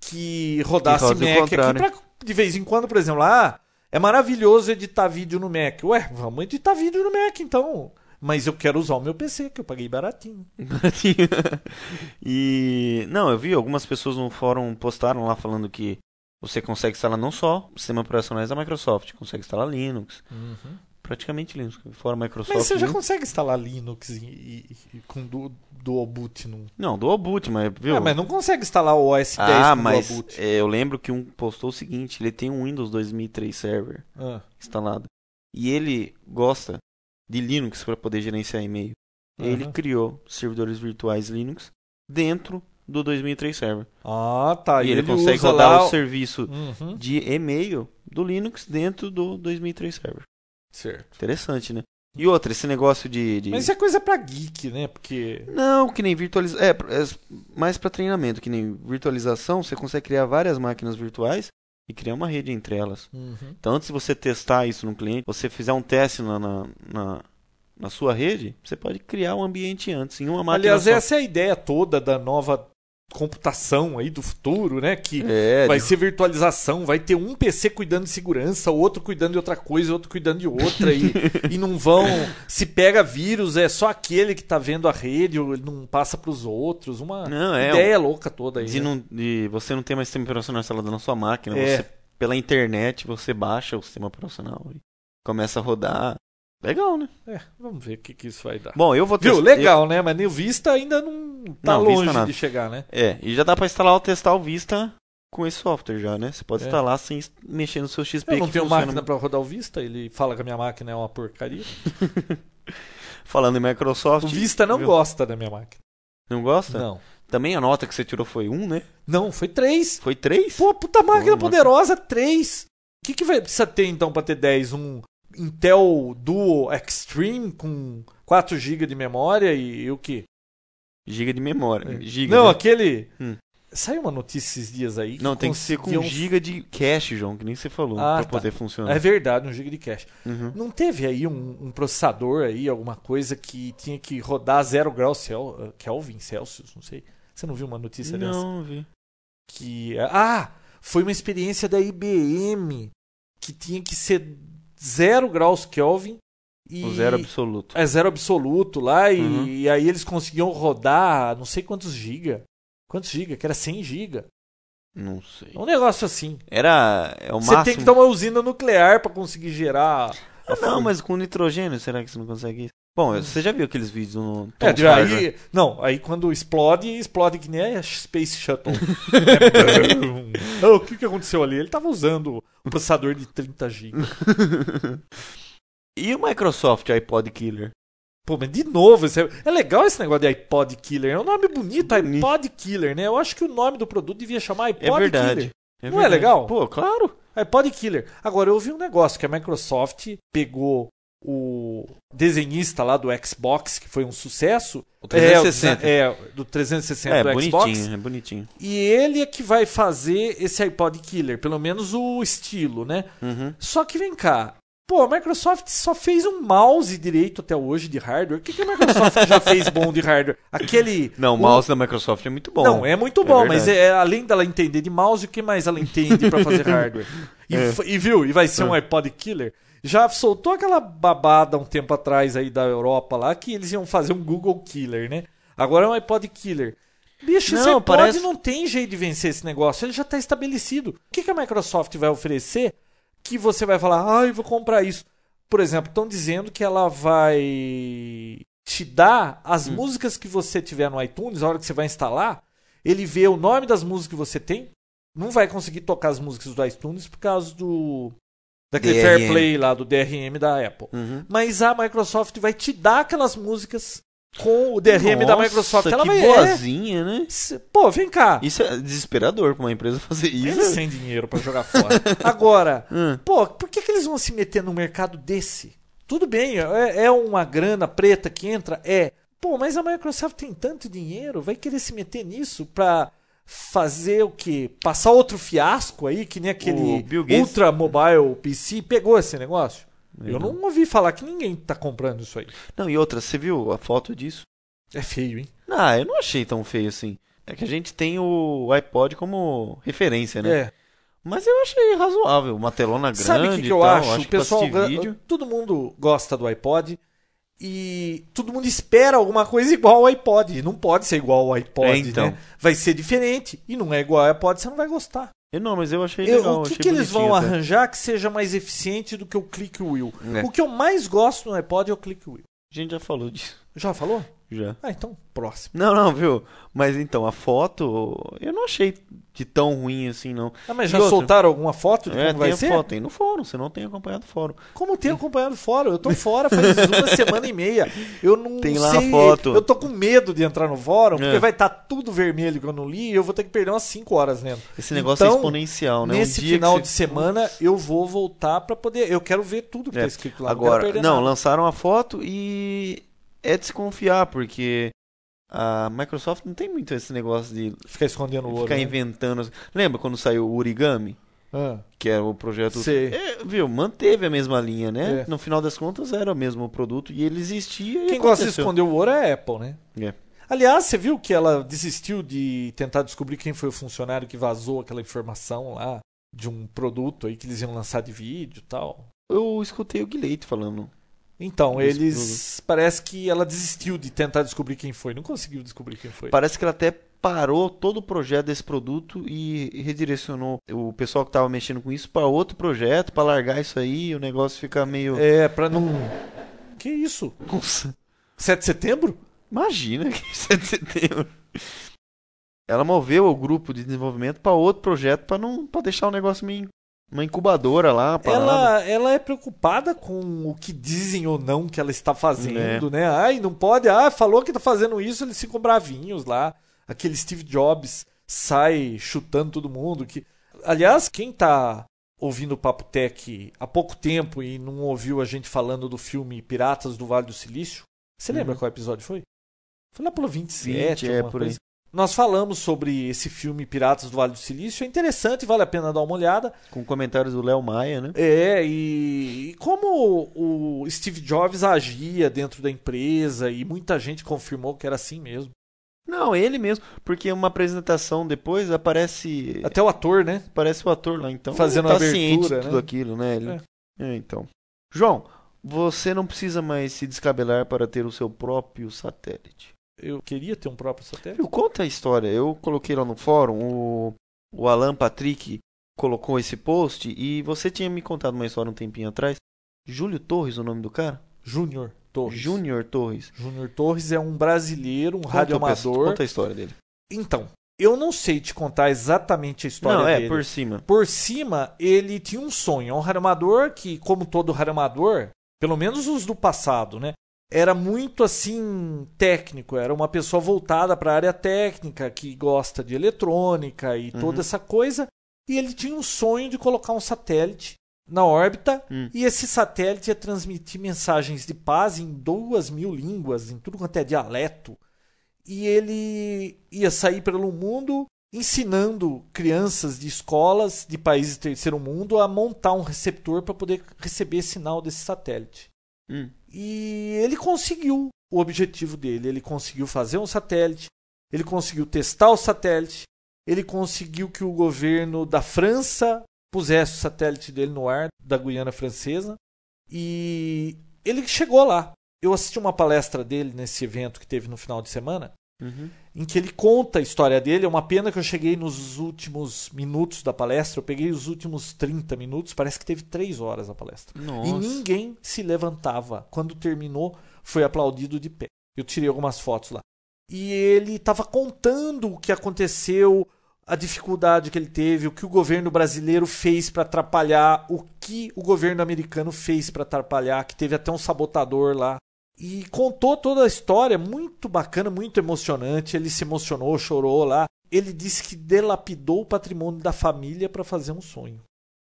[SPEAKER 1] que rodasse
[SPEAKER 3] Que roda o
[SPEAKER 1] Mac aqui
[SPEAKER 3] contrário.
[SPEAKER 1] pra, de vez em quando, por exemplo, ah, é maravilhoso editar vídeo no Mac. Ué, vamos editar vídeo no Mac então. Mas eu quero usar o meu PC, que eu paguei baratinho.
[SPEAKER 3] e não, eu vi algumas pessoas no fórum postaram lá falando que você consegue instalar não só sistemas operacionais da Microsoft, consegue instalar Linux, Uhum. praticamente Linux, fora Microsoft.
[SPEAKER 1] Mas você já
[SPEAKER 3] Linux.
[SPEAKER 1] consegue instalar Linux e, e- e com du, Dual Boot num.
[SPEAKER 3] Não, do Boot, mas viu?
[SPEAKER 1] Ah, mas não consegue instalar o OS 10
[SPEAKER 3] Ah,
[SPEAKER 1] com
[SPEAKER 3] mas,
[SPEAKER 1] Dual Boot.
[SPEAKER 3] é, eu lembro que um postou o seguinte, ele tem um Windows 2003 server
[SPEAKER 1] Ah,
[SPEAKER 3] instalado e ele gosta de Linux para poder gerenciar e-mail. Ele
[SPEAKER 1] Aham.
[SPEAKER 3] criou servidores virtuais Linux dentro do 2003 server.
[SPEAKER 1] Ah, tá.
[SPEAKER 3] e ele, consegue rodar
[SPEAKER 1] lá
[SPEAKER 3] o serviço
[SPEAKER 1] Uhum,
[SPEAKER 3] de e-mail do Linux dentro do 2003 server.
[SPEAKER 1] Certo.
[SPEAKER 3] Interessante, né? E outra, esse negócio de. de-
[SPEAKER 1] Mas isso é coisa pra geek, né? Porque.
[SPEAKER 3] Não, que nem virtualização. É, pra- é mais para treinamento, que nem virtualização, você consegue criar várias máquinas virtuais e criar uma rede entre elas.
[SPEAKER 1] Uhum.
[SPEAKER 3] Então, antes de você testar isso no cliente, você fizer um teste na, na, na, na sua rede, você pode criar um ambiente antes, em uma máquina.
[SPEAKER 1] Aliás,
[SPEAKER 3] só.
[SPEAKER 1] essa é a ideia toda da nova computação aí do futuro, né? Que
[SPEAKER 3] é.
[SPEAKER 1] vai
[SPEAKER 3] de-
[SPEAKER 1] ser virtualização, vai ter um PC cuidando de segurança, outro cuidando de outra coisa, outro cuidando de outra, e, e não vão. Se pega vírus, é só aquele que tá vendo a rede, ou ele não passa pros outros. Uma
[SPEAKER 3] Não, é,
[SPEAKER 1] ideia louca toda aí.
[SPEAKER 3] De,
[SPEAKER 1] né?
[SPEAKER 3] não, de você não ter mais sistema operacional instalado na sua máquina,
[SPEAKER 1] É.
[SPEAKER 3] você, pela internet você baixa o sistema operacional e começa a rodar. Legal, né?
[SPEAKER 1] É, vamos ver o que, que isso vai dar.
[SPEAKER 3] Bom, eu vou
[SPEAKER 1] Viu?
[SPEAKER 3] test-
[SPEAKER 1] Legal, né? Mas nem o Vista ainda não tá
[SPEAKER 3] Não, Vista
[SPEAKER 1] longe
[SPEAKER 3] nada.
[SPEAKER 1] de chegar, né?
[SPEAKER 3] eu- é, e já dá pra instalar ou testar o Vista com esse software já, né? Você pode
[SPEAKER 1] É.
[SPEAKER 3] instalar sem s- mexer no seu XP
[SPEAKER 1] Eu não
[SPEAKER 3] que
[SPEAKER 1] tenho
[SPEAKER 3] funciona-
[SPEAKER 1] máquina pra rodar o Vista, ele fala que a minha máquina é uma porcaria.
[SPEAKER 3] Falando em Microsoft.
[SPEAKER 1] O Vista não
[SPEAKER 3] viu?
[SPEAKER 1] gosta da minha máquina.
[SPEAKER 3] Não gosta?
[SPEAKER 1] Não.
[SPEAKER 3] Também a nota que você tirou foi um, né?
[SPEAKER 1] Não, foi três.
[SPEAKER 3] Foi três?
[SPEAKER 1] Pô, puta máquina
[SPEAKER 3] Pô,
[SPEAKER 1] poderosa, três. O que, que vai, precisa ter então pra ter 10? Um Intel Duo Extreme com 4 GB de memória e, e o quê?
[SPEAKER 3] Giga de memória. Giga.
[SPEAKER 1] É. não,
[SPEAKER 3] né?
[SPEAKER 1] aquele.
[SPEAKER 3] Hum.
[SPEAKER 1] Saiu uma notícia esses dias aí. que
[SPEAKER 3] Não, tem que ser com
[SPEAKER 1] conseguiam-
[SPEAKER 3] giga de cache, João, que nem você falou,
[SPEAKER 1] Ah,
[SPEAKER 3] pra
[SPEAKER 1] tá.
[SPEAKER 3] poder
[SPEAKER 1] É
[SPEAKER 3] funcionar.
[SPEAKER 1] verdade, um GB de cache.
[SPEAKER 3] Uhum.
[SPEAKER 1] Não teve aí um, um processador aí, alguma coisa que tinha que rodar a zero grau Cel Kelvin, Celsius, não sei. Você não viu uma notícia é dessa? é,
[SPEAKER 3] Não, vi.
[SPEAKER 1] que ah foi uma experiência da IBM que tinha que ser 0 graus Kelvin. E
[SPEAKER 3] O zero absoluto.
[SPEAKER 1] é zero absoluto lá e,
[SPEAKER 3] Uhum.
[SPEAKER 1] e aí eles conseguiam rodar não sei quantos giga. Quantos giga? Que era 100 giga.
[SPEAKER 3] Não sei.
[SPEAKER 1] É um negócio assim.
[SPEAKER 3] Era. É o
[SPEAKER 1] Você
[SPEAKER 3] máximo.
[SPEAKER 1] tem que dar uma usina nuclear pra conseguir gerar.
[SPEAKER 3] Ah, não, mas com nitrogênio, será que você não consegue isso? Bom, você já viu aqueles vídeos no Tom
[SPEAKER 1] É, de-
[SPEAKER 3] Sawyer?
[SPEAKER 1] aí, não, aí quando explode, explode que nem a Space Shuttle. É, brum. Ah, o que, que aconteceu ali? Ele tava usando um processador de 30 GB.
[SPEAKER 3] E o Microsoft iPod Killer?
[SPEAKER 1] Pô, mas de novo, isso é, é legal esse negócio de iPod Killer. É um nome bonito,
[SPEAKER 3] Bonito.
[SPEAKER 1] iPod Killer, né? Eu acho que o nome do produto devia chamar
[SPEAKER 3] É
[SPEAKER 1] iPod Killer.
[SPEAKER 3] verdade.
[SPEAKER 1] Não é
[SPEAKER 3] verdade.
[SPEAKER 1] legal?
[SPEAKER 3] Pô, claro.
[SPEAKER 1] iPod Killer. Agora, eu ouvi um negócio que a Microsoft pegou o desenhista lá do Xbox, que foi um sucesso.
[SPEAKER 3] O
[SPEAKER 1] É,
[SPEAKER 3] É,
[SPEAKER 1] o- é, do 360
[SPEAKER 3] é
[SPEAKER 1] do Xbox.
[SPEAKER 3] bonitinho, é bonitinho.
[SPEAKER 1] E ele é que vai fazer esse iPod Killer, pelo menos o estilo, né?
[SPEAKER 3] Uhum.
[SPEAKER 1] Só que vem cá. Pô, a Microsoft só fez um mouse direito até hoje de hardware. O que, que a Microsoft já fez bom de hardware? Aquele.
[SPEAKER 3] Não, o
[SPEAKER 1] o-
[SPEAKER 3] mouse da Microsoft é muito bom.
[SPEAKER 1] não, é muito bom,
[SPEAKER 3] verdade.
[SPEAKER 1] mas é, além dela entender de mouse, o que mais ela entende pra fazer hardware? E,
[SPEAKER 3] É.
[SPEAKER 1] f- e viu, e vai ser um iPod killer. Já soltou aquela babada um tempo atrás aí da Europa lá que eles iam fazer um Google killer, né? Agora é um iPod killer. Bicho, esse
[SPEAKER 3] Não,
[SPEAKER 1] iPod
[SPEAKER 3] parece-
[SPEAKER 1] não tem jeito de vencer esse negócio, ele já tá estabelecido. O que, que a Microsoft vai oferecer que você vai falar, ah, eu vou comprar isso? Por exemplo, estão dizendo que ela vai te dar as
[SPEAKER 3] Hum.
[SPEAKER 1] músicas que você tiver no iTunes, a hora que você vai instalar, ele vê o nome das músicas que você tem, não vai conseguir tocar as músicas do iTunes por causa do daquele
[SPEAKER 3] DRM.
[SPEAKER 1] Fair Play lá do DRM da Apple.
[SPEAKER 3] Uhum.
[SPEAKER 1] Mas a Microsoft vai te dar aquelas músicas com o DRM da
[SPEAKER 3] Nossa,
[SPEAKER 1] Microsoft. Ela
[SPEAKER 3] que
[SPEAKER 1] vai é,
[SPEAKER 3] boazinha, né?
[SPEAKER 1] se- Pô, vem cá.
[SPEAKER 3] Isso é desesperador pra uma empresa fazer isso.
[SPEAKER 1] Eles sem dinheiro pra jogar fora. Agora,
[SPEAKER 3] Hum.
[SPEAKER 1] pô, por que, que eles vão se meter num mercado desse? Tudo bem, é, é uma grana preta que entra, é. Pô, mas a Microsoft tem tanto dinheiro, vai querer se meter nisso pra fazer o quê? Passar outro fiasco aí, que nem aquele
[SPEAKER 3] O Bill Gates-
[SPEAKER 1] Ultra Mobile PC pegou esse negócio?
[SPEAKER 3] Eu
[SPEAKER 1] Eu não ouvi falar que ninguém tá comprando isso aí.
[SPEAKER 3] Não, e outra, você viu a foto disso?
[SPEAKER 1] É feio, hein?
[SPEAKER 3] Ah, eu não achei tão feio assim. É que a gente tem o iPod como referência, né?
[SPEAKER 1] É.
[SPEAKER 3] Mas eu achei razoável. Uma telona grande
[SPEAKER 1] Sabe o que, que
[SPEAKER 3] e
[SPEAKER 1] eu
[SPEAKER 3] tal,
[SPEAKER 1] acho? O
[SPEAKER 3] que pra
[SPEAKER 1] pessoal,
[SPEAKER 3] assistir
[SPEAKER 1] gra-
[SPEAKER 3] vídeo.
[SPEAKER 1] todo mundo gosta do iPod e todo mundo espera alguma coisa igual ao iPod. Não pode ser igual ao iPod,
[SPEAKER 3] É, então.
[SPEAKER 1] né? Vai ser diferente e não é igual ao iPod, você não vai gostar.
[SPEAKER 3] Eu não, mas eu achei
[SPEAKER 1] Eu-
[SPEAKER 3] legal.
[SPEAKER 1] o que,
[SPEAKER 3] achei
[SPEAKER 1] que eles
[SPEAKER 3] bonitinho
[SPEAKER 1] vão
[SPEAKER 3] até.
[SPEAKER 1] arranjar que seja mais eficiente do que o Click Wheel?
[SPEAKER 3] É.
[SPEAKER 1] O que eu mais gosto no iPod é o Click Wheel.
[SPEAKER 3] A gente já falou disso.
[SPEAKER 1] Já falou?
[SPEAKER 3] Já.
[SPEAKER 1] Ah, então próximo.
[SPEAKER 3] Não, não, viu? Mas então, a foto, eu não achei de tão ruim assim, não.
[SPEAKER 1] Ah, mas
[SPEAKER 3] E
[SPEAKER 1] já
[SPEAKER 3] outra?
[SPEAKER 1] soltaram alguma foto de
[SPEAKER 3] É,
[SPEAKER 1] como vai
[SPEAKER 3] tem a
[SPEAKER 1] ser?
[SPEAKER 3] foto, tem no fórum, você não tem acompanhado o fórum.
[SPEAKER 1] Como tem acompanhado fora? Eu tô fora faz uma semana e meia. Eu não
[SPEAKER 3] Tem lá a
[SPEAKER 1] sei.
[SPEAKER 3] foto.
[SPEAKER 1] Eu tô com medo de entrar no fórum, porque
[SPEAKER 3] É.
[SPEAKER 1] vai estar tudo vermelho que eu não li e eu vou ter que perder umas 5 horas lendo.
[SPEAKER 3] Esse negócio
[SPEAKER 1] Então,
[SPEAKER 3] é exponencial, né? Um
[SPEAKER 1] Nesse
[SPEAKER 3] dia que
[SPEAKER 1] final
[SPEAKER 3] você-
[SPEAKER 1] de semana eu vou voltar pra poder. Eu quero ver tudo que
[SPEAKER 3] É.
[SPEAKER 1] tá escrito lá. não, quero
[SPEAKER 3] Agora,
[SPEAKER 1] perder
[SPEAKER 3] não,
[SPEAKER 1] nada.
[SPEAKER 3] lançaram a foto e é de se confiar, porque a Microsoft não tem muito esse negócio de
[SPEAKER 1] ficar escondendo o ouro.
[SPEAKER 3] ficar
[SPEAKER 1] né?
[SPEAKER 3] inventando. Lembra quando saiu o Origami?
[SPEAKER 1] Ah,
[SPEAKER 3] Que era o projeto.
[SPEAKER 1] Sei.
[SPEAKER 3] É, viu, manteve a mesma linha, né?
[SPEAKER 1] É.
[SPEAKER 3] No final das contas era o mesmo produto e ele existia. e
[SPEAKER 1] Quem gosta de
[SPEAKER 3] aconteceu.
[SPEAKER 1] esconder o ouro é a Apple, né?
[SPEAKER 3] É.
[SPEAKER 1] Aliás, você viu que ela desistiu de tentar descobrir quem foi o funcionário que vazou aquela informação lá de um produto aí que eles iam lançar de vídeo e tal?
[SPEAKER 3] Eu escutei o Guilherme falando.
[SPEAKER 1] Então,
[SPEAKER 3] Desse
[SPEAKER 1] eles. Parece que ela desistiu de tentar descobrir quem foi. Não conseguiu descobrir quem foi.
[SPEAKER 3] Parece que ela até parou todo o projeto desse produto e redirecionou o pessoal que tava mexendo com isso para outro projeto, para largar isso aí, o negócio ficar meio.
[SPEAKER 1] É, pra não. Que isso?
[SPEAKER 3] Nossa,
[SPEAKER 1] 7 de setembro?
[SPEAKER 3] imagina que 7 de setembro. Ela moveu o grupo de desenvolvimento para outro projeto para não para deixar o negócio meio uma incubadora lá, a parada.
[SPEAKER 1] Ela, ela é preocupada com o que dizem ou não que ela está fazendo,
[SPEAKER 3] É.
[SPEAKER 1] né? Ai, não pode. Ah, falou que tá fazendo isso, eles ficam bravinhos lá. Aquele Steve Jobs sai chutando todo mundo. Que... Aliás, quem tá ouvindo o Papo Tech há pouco tempo e não ouviu a gente falando do filme Piratas do Vale do Silício, você lembra
[SPEAKER 3] Uhum.
[SPEAKER 1] qual episódio foi? Foi lá pelo 27,
[SPEAKER 3] 20, é,
[SPEAKER 1] alguma
[SPEAKER 3] por aí.
[SPEAKER 1] coisa. Nós falamos sobre esse filme Piratas do Vale do Silício. É interessante, vale a pena dar uma olhada.
[SPEAKER 3] com comentários do Léo Maia, né?
[SPEAKER 1] É, e, e como o Steve Jobs agia dentro da empresa e muita gente confirmou que era assim mesmo.
[SPEAKER 3] Não, ele mesmo, porque uma apresentação depois aparece
[SPEAKER 1] Até o ator, né?
[SPEAKER 3] aparece o ator lá, então
[SPEAKER 1] Fazendo
[SPEAKER 3] ele
[SPEAKER 1] a abertura,
[SPEAKER 3] ciente de
[SPEAKER 1] né?
[SPEAKER 3] tudo aquilo, né? Ele- É, então. João, você não precisa mais se descabelar para ter o seu próprio satélite.
[SPEAKER 1] Eu queria ter um próprio satélite.
[SPEAKER 3] Viu, conta a história. Eu coloquei lá no fórum, o, o Alan Patrick colocou esse post e você tinha me contado uma história um tempinho atrás. Júlio Torres, o nome do cara?
[SPEAKER 1] Júnior Torres.
[SPEAKER 3] Júnior Torres.
[SPEAKER 1] Júnior Torres é um brasileiro, um
[SPEAKER 3] Conta,
[SPEAKER 1] radioamador.
[SPEAKER 3] Conta a história dele.
[SPEAKER 1] Então, eu não sei te contar exatamente a história
[SPEAKER 3] Não, é,
[SPEAKER 1] dele.
[SPEAKER 3] por cima.
[SPEAKER 1] Por cima, ele tinha um sonho. É um ramador que, como todo ramador, pelo menos os do passado, né? Era muito assim técnico, era uma pessoa voltada para a área técnica, que gosta de eletrônica e toda essa coisa. E ele tinha um sonho de colocar um satélite na órbita
[SPEAKER 3] Hum.
[SPEAKER 1] e esse satélite ia transmitir mensagens de paz em duas mil línguas, em tudo quanto é dialeto e ele ia sair pelo mundo ensinando crianças de escolas de países do terceiro mundo a montar um receptor para poder receber sinal desse satélite.
[SPEAKER 3] Hum.
[SPEAKER 1] E ele conseguiu o objetivo dele, ele conseguiu fazer um satélite, ele conseguiu testar o satélite, ele conseguiu que o governo da França pusesse o satélite dele no ar da Guiana Francesa e ele chegou lá. Eu assisti uma palestra dele nesse evento que teve no final de semana
[SPEAKER 3] Uhum.
[SPEAKER 1] em que ele conta a história dele. É uma pena que eu cheguei nos últimos minutos da palestra, eu peguei os últimos 30 minutos, parece que teve 3 horas a palestra. E
[SPEAKER 3] Nossa.
[SPEAKER 1] ninguém se levantava. Quando terminou, foi aplaudido de pé. Eu tirei algumas fotos lá. E ele estava contando o que aconteceu, a dificuldade que ele teve, o que o governo brasileiro fez para atrapalhar, o que o governo americano fez para atrapalhar, que teve até um sabotador lá. E contou toda a história, muito bacana, muito emocionante. Ele se emocionou, chorou lá. Ele disse que delapidou o patrimônio da família para fazer um sonho.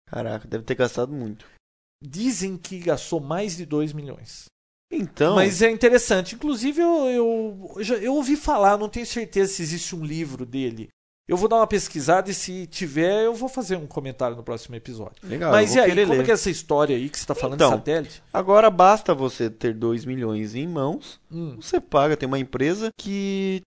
[SPEAKER 3] Caraca, deve ter gastado muito.
[SPEAKER 1] Dizem que gastou mais de 2 milhões.
[SPEAKER 3] Então,
[SPEAKER 1] Mas é interessante. Inclusive, eu, eu, eu já- eu ouvi falar, não tenho certeza se existe um livro dele. Eu vou dar uma pesquisada e se tiver, eu vou fazer um comentário no próximo episódio.
[SPEAKER 3] legal,
[SPEAKER 1] Mas
[SPEAKER 3] Ah,
[SPEAKER 1] e
[SPEAKER 3] eu vou
[SPEAKER 1] aí,
[SPEAKER 3] querer
[SPEAKER 1] como
[SPEAKER 3] ler.
[SPEAKER 1] que é essa história aí que você está falando
[SPEAKER 3] Então.
[SPEAKER 1] de satélite?
[SPEAKER 3] Agora basta você ter 2 milhões em mãos,
[SPEAKER 1] Hum,
[SPEAKER 3] você paga, tem uma empresa que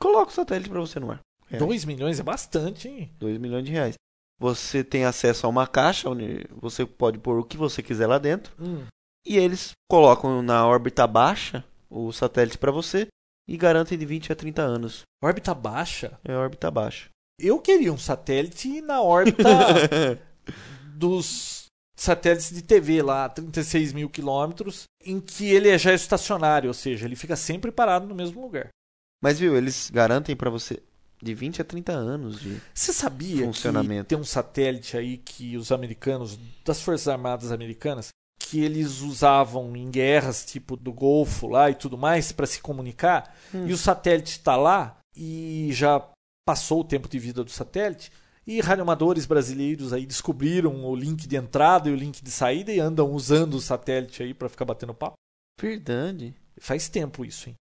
[SPEAKER 3] coloca o satélite para você no ar. É.
[SPEAKER 1] 2 milhões é bastante, hein?
[SPEAKER 3] 2 milhões de reais. Você tem acesso a uma caixa onde você pode pôr o que você quiser lá dentro.
[SPEAKER 1] Hum.
[SPEAKER 3] E eles colocam na órbita baixa o satélite para você e garantem de 20 a 30 anos.
[SPEAKER 1] Órbita baixa?
[SPEAKER 3] É a órbita baixa.
[SPEAKER 1] Eu queria um satélite na órbita dos satélites de TV lá, 36 mil quilômetros, em que ele é já estacionário, ou seja, ele fica sempre parado no mesmo lugar.
[SPEAKER 3] Mas viu, eles garantem para você de 20 a 30 anos de
[SPEAKER 1] Você sabia que
[SPEAKER 3] Funcionamento.
[SPEAKER 1] tem um satélite aí que os americanos, das Forças Armadas Americanas, que eles usavam em guerras tipo do Golfo lá e tudo mais para se comunicar?
[SPEAKER 3] Hum.
[SPEAKER 1] E o satélite está lá e já passou o tempo de vida do satélite. E radioamadores brasileiros aí descobriram o link de entrada e o link de saída e andam usando o satélite aí para ficar batendo papo.
[SPEAKER 3] verdade.
[SPEAKER 1] Faz tempo isso, hein?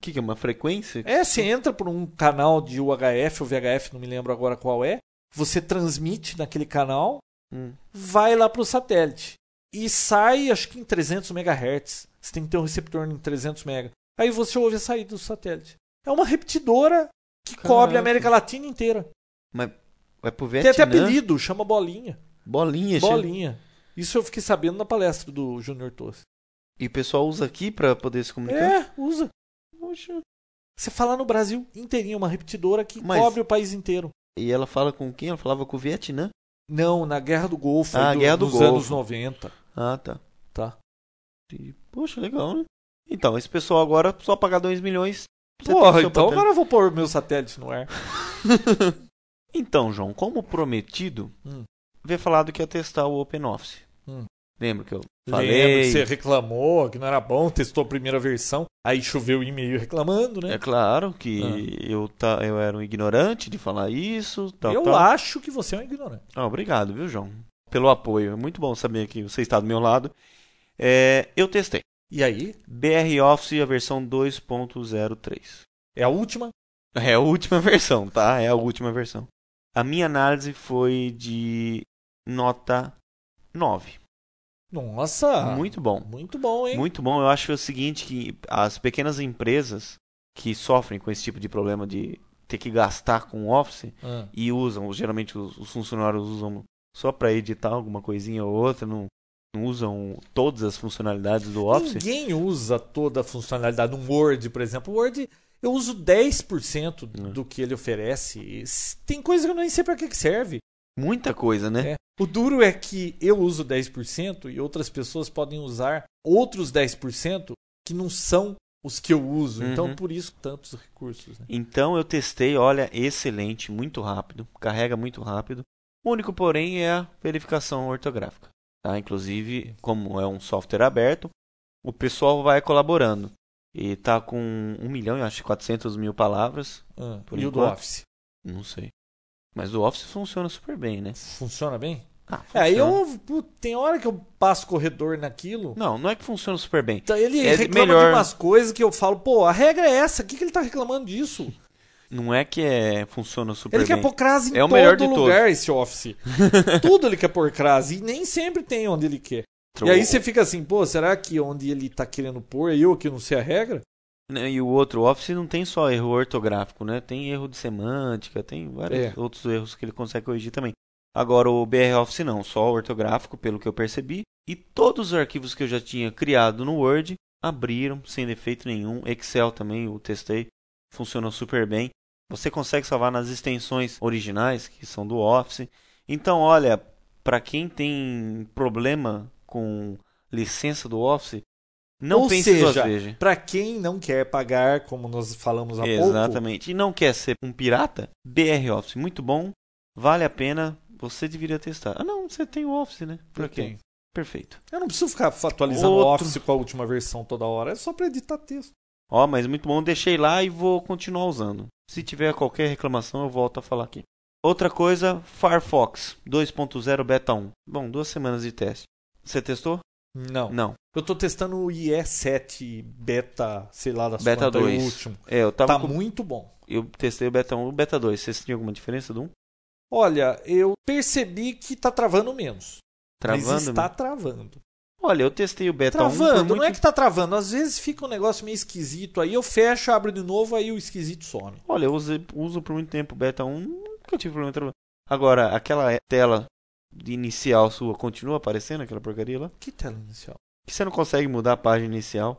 [SPEAKER 3] O que, que é uma frequência?
[SPEAKER 1] É, você entra por um canal de UHF ou VHF, não me lembro agora qual é. Você transmite naquele canal,
[SPEAKER 3] Hum.
[SPEAKER 1] vai lá pro satélite. E sai, acho que em 300 MHz. Você tem que ter um receptor em 300 MHz. Aí você ouve a saída do satélite. É uma repetidora que cobre
[SPEAKER 3] Caraca.
[SPEAKER 1] a América Latina inteira.
[SPEAKER 3] Vai pro
[SPEAKER 1] Tem
[SPEAKER 3] Vietnã.
[SPEAKER 1] até apelido, chama Bolinha.
[SPEAKER 3] Bolinha, chega.
[SPEAKER 1] Bolinha. Isso eu fiquei sabendo na palestra do Júnior Torres.
[SPEAKER 3] E o pessoal usa aqui para poder se comunicar?
[SPEAKER 1] É, usa.
[SPEAKER 3] Poxa.
[SPEAKER 1] Você fala no Brasil inteirinho, é uma repetidora que
[SPEAKER 3] Mas-
[SPEAKER 1] cobre o país inteiro.
[SPEAKER 3] E ela fala com quem? Ela falava com o Vietnã?
[SPEAKER 1] Não, na Guerra do Golfo,
[SPEAKER 3] Ah,
[SPEAKER 1] aí do,
[SPEAKER 3] Guerra do
[SPEAKER 1] dos
[SPEAKER 3] Golfo.
[SPEAKER 1] anos 90,
[SPEAKER 3] Ah, tá.
[SPEAKER 1] tá?
[SPEAKER 3] E, Poxa, legal, né? Então, esse pessoal agora só pagar 2 milhões. você tem o
[SPEAKER 1] Porra,
[SPEAKER 3] seu
[SPEAKER 1] então
[SPEAKER 3] patente.
[SPEAKER 1] agora eu vou pôr meu satélite no ar.
[SPEAKER 3] Então, João, como prometido,
[SPEAKER 1] Hum.
[SPEAKER 3] havia falado que ia testar o Open Office.
[SPEAKER 1] Hum.
[SPEAKER 3] Lembra que eu
[SPEAKER 1] Lembra
[SPEAKER 3] falei?
[SPEAKER 1] que você reclamou que não era bom, testou a primeira versão, aí choveu e-mail reclamando, né?
[SPEAKER 3] É claro que
[SPEAKER 1] Ah.
[SPEAKER 3] eu, ta... eu era um ignorante de falar isso. Tal,
[SPEAKER 1] eu
[SPEAKER 3] tal.
[SPEAKER 1] acho que você é um ignorante.
[SPEAKER 3] Ah, obrigado, viu, João? Pelo apoio. É muito bom saber que você está do meu lado. É, eu testei.
[SPEAKER 1] E aí,
[SPEAKER 3] BR Office, a versão 2.03.
[SPEAKER 1] é a última?
[SPEAKER 3] É a última versão, tá? É a última versão. A minha análise foi de nota 9.
[SPEAKER 1] Nossa!
[SPEAKER 3] Muito bom.
[SPEAKER 1] muito bom, hein?
[SPEAKER 3] Muito bom. Eu acho o seguinte, que as pequenas empresas que sofrem com esse tipo de problema de ter que gastar com Office
[SPEAKER 1] Ah,
[SPEAKER 3] e usam, geralmente os, os funcionários usam só para editar alguma coisinha ou outra, não, usam todas as funcionalidades do Office.
[SPEAKER 1] Ninguém usa toda a funcionalidade. Um Word, por exemplo. O Word, eu uso 10%
[SPEAKER 3] Hum.
[SPEAKER 1] do que ele oferece. E s- Tem coisa que eu nem sei para que que serve.
[SPEAKER 3] Muita coisa, né?
[SPEAKER 1] É. O duro é que eu uso 10% e outras pessoas podem usar outros 10% que não são os que eu uso. Então,
[SPEAKER 3] Uhum.
[SPEAKER 1] por isso, tantos recursos. né?
[SPEAKER 3] Então eu testei, olha, excelente, muito rápido, carrega muito rápido. O único, porém, é a verificação ortográfica. tá? Inclusive, como é um software aberto, o pessoal vai colaborando. E tá com 1 milhão, eu acho, 400 mil palavras,
[SPEAKER 1] Ah,
[SPEAKER 3] Por
[SPEAKER 1] e o do
[SPEAKER 3] enquanto.
[SPEAKER 1] Office?
[SPEAKER 3] não sei. Mas o Office funciona super bem, né?
[SPEAKER 1] Funciona bem?
[SPEAKER 3] Ah,
[SPEAKER 1] É,
[SPEAKER 3] funciona.
[SPEAKER 1] eu, pô, tem hora que eu passo corredor naquilo.
[SPEAKER 3] Não, não é que funciona super bem.
[SPEAKER 1] Então, ele
[SPEAKER 3] É
[SPEAKER 1] reclama
[SPEAKER 3] melhor.
[SPEAKER 1] de umas coisas que eu falo, pô, a regra é essa, o que, que ele tá reclamando disso?
[SPEAKER 3] Não é que é, funciona super
[SPEAKER 1] ele
[SPEAKER 3] bem.
[SPEAKER 1] quer pôr crase em
[SPEAKER 3] É o
[SPEAKER 1] todo
[SPEAKER 3] melhor de
[SPEAKER 1] lugar, esse office. Tudo ele quer pôr crase, e nem sempre tem onde ele quer. E aí você fica assim, pô, será que onde ele tá querendo pôr, é eu que não sei a regra?
[SPEAKER 3] Né, E o outro Office não tem só erro ortográfico, né? Tem erro de semântica, tem vários
[SPEAKER 1] É.
[SPEAKER 3] outros erros que ele consegue corrigir também. Agora o BR Office não, só ortográfico, pelo que eu percebi. E todos os arquivos que eu já tinha criado no Word abriram sem defeito nenhum. Excel também eu testei, funcionou super bem. Você consegue salvar nas extensões originais, que são do Office. Então, olha, para quem tem problema com licença do Office, não
[SPEAKER 1] Ou
[SPEAKER 3] pense duas
[SPEAKER 1] seja,
[SPEAKER 3] vezes.
[SPEAKER 1] Pra quem não quer pagar, como nós falamos há pouco,
[SPEAKER 3] Exatamente. E não quer ser um pirata? BR Office, muito bom, vale a pena, você deveria testar. Ah, não, você tem o Office, né? Por
[SPEAKER 1] eu
[SPEAKER 3] quê?
[SPEAKER 1] tenho.
[SPEAKER 3] Perfeito.
[SPEAKER 1] Eu não preciso ficar atualizando o
[SPEAKER 3] Outro.
[SPEAKER 1] Office com a última versão toda hora, é só pra editar texto.
[SPEAKER 3] Ó, mas muito bom, deixei lá e vou continuar usando. Se tiver qualquer reclamação, eu volto a falar aqui. Outra coisa, Firefox 2.0 Beta 1. Bom, duas semanas de teste. Você testou?
[SPEAKER 1] Não.
[SPEAKER 3] Não.
[SPEAKER 1] Eu tô testando o IE7 beta, sei lá, das
[SPEAKER 3] Beta
[SPEAKER 1] quantas, o
[SPEAKER 3] 2.
[SPEAKER 1] último.
[SPEAKER 3] É, eu tava
[SPEAKER 1] tá
[SPEAKER 3] com-
[SPEAKER 1] muito bom.
[SPEAKER 3] Eu testei o Beta 1 e o Beta 2. Vocês tinham alguma diferença do 1?
[SPEAKER 1] Olha, eu percebi que tá travando menos. mas
[SPEAKER 3] Travando?
[SPEAKER 1] está
[SPEAKER 3] meu?
[SPEAKER 1] travando.
[SPEAKER 3] Olha, eu testei o Beta 1 por
[SPEAKER 1] travando,
[SPEAKER 3] muito
[SPEAKER 1] não é que tá travando. Às vezes fica um negócio meio esquisito. Aí eu fecho, abro de novo, aí o esquisito some.
[SPEAKER 3] Olha, eu usei- uso por muito tempo o Beta 1, nunca tive problema. em travar. Agora, aquela tela de inicial sua continua aparecendo, aquela porcaria lá?
[SPEAKER 1] Que tela inicial?
[SPEAKER 3] Que você não consegue mudar a página inicial?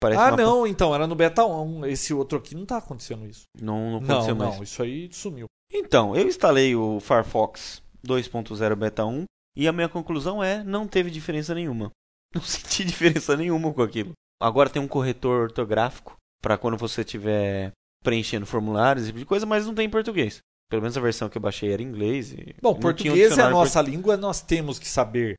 [SPEAKER 3] Parece
[SPEAKER 1] ah,
[SPEAKER 3] uma
[SPEAKER 1] não, então, era no beta 1. Esse outro aqui não tá acontecendo isso.
[SPEAKER 3] pa- Não, não
[SPEAKER 1] Não,
[SPEAKER 3] aconteceu
[SPEAKER 1] não,
[SPEAKER 3] mais.
[SPEAKER 1] isso aí sumiu.
[SPEAKER 3] Então, eu instalei o Firefox 2.0 Beta 1 e a minha conclusão é: não teve diferença nenhuma. Não senti diferença nenhuma com aquilo. Agora tem um corretor ortográfico para quando você estiver preenchendo formulários e tipo de coisa, mas não tem em português. Pelo menos a versão que eu baixei era em inglês. e
[SPEAKER 1] Bom,
[SPEAKER 3] não tinha um
[SPEAKER 1] português é a
[SPEAKER 3] dicionário
[SPEAKER 1] nossa língua, nós temos que saber.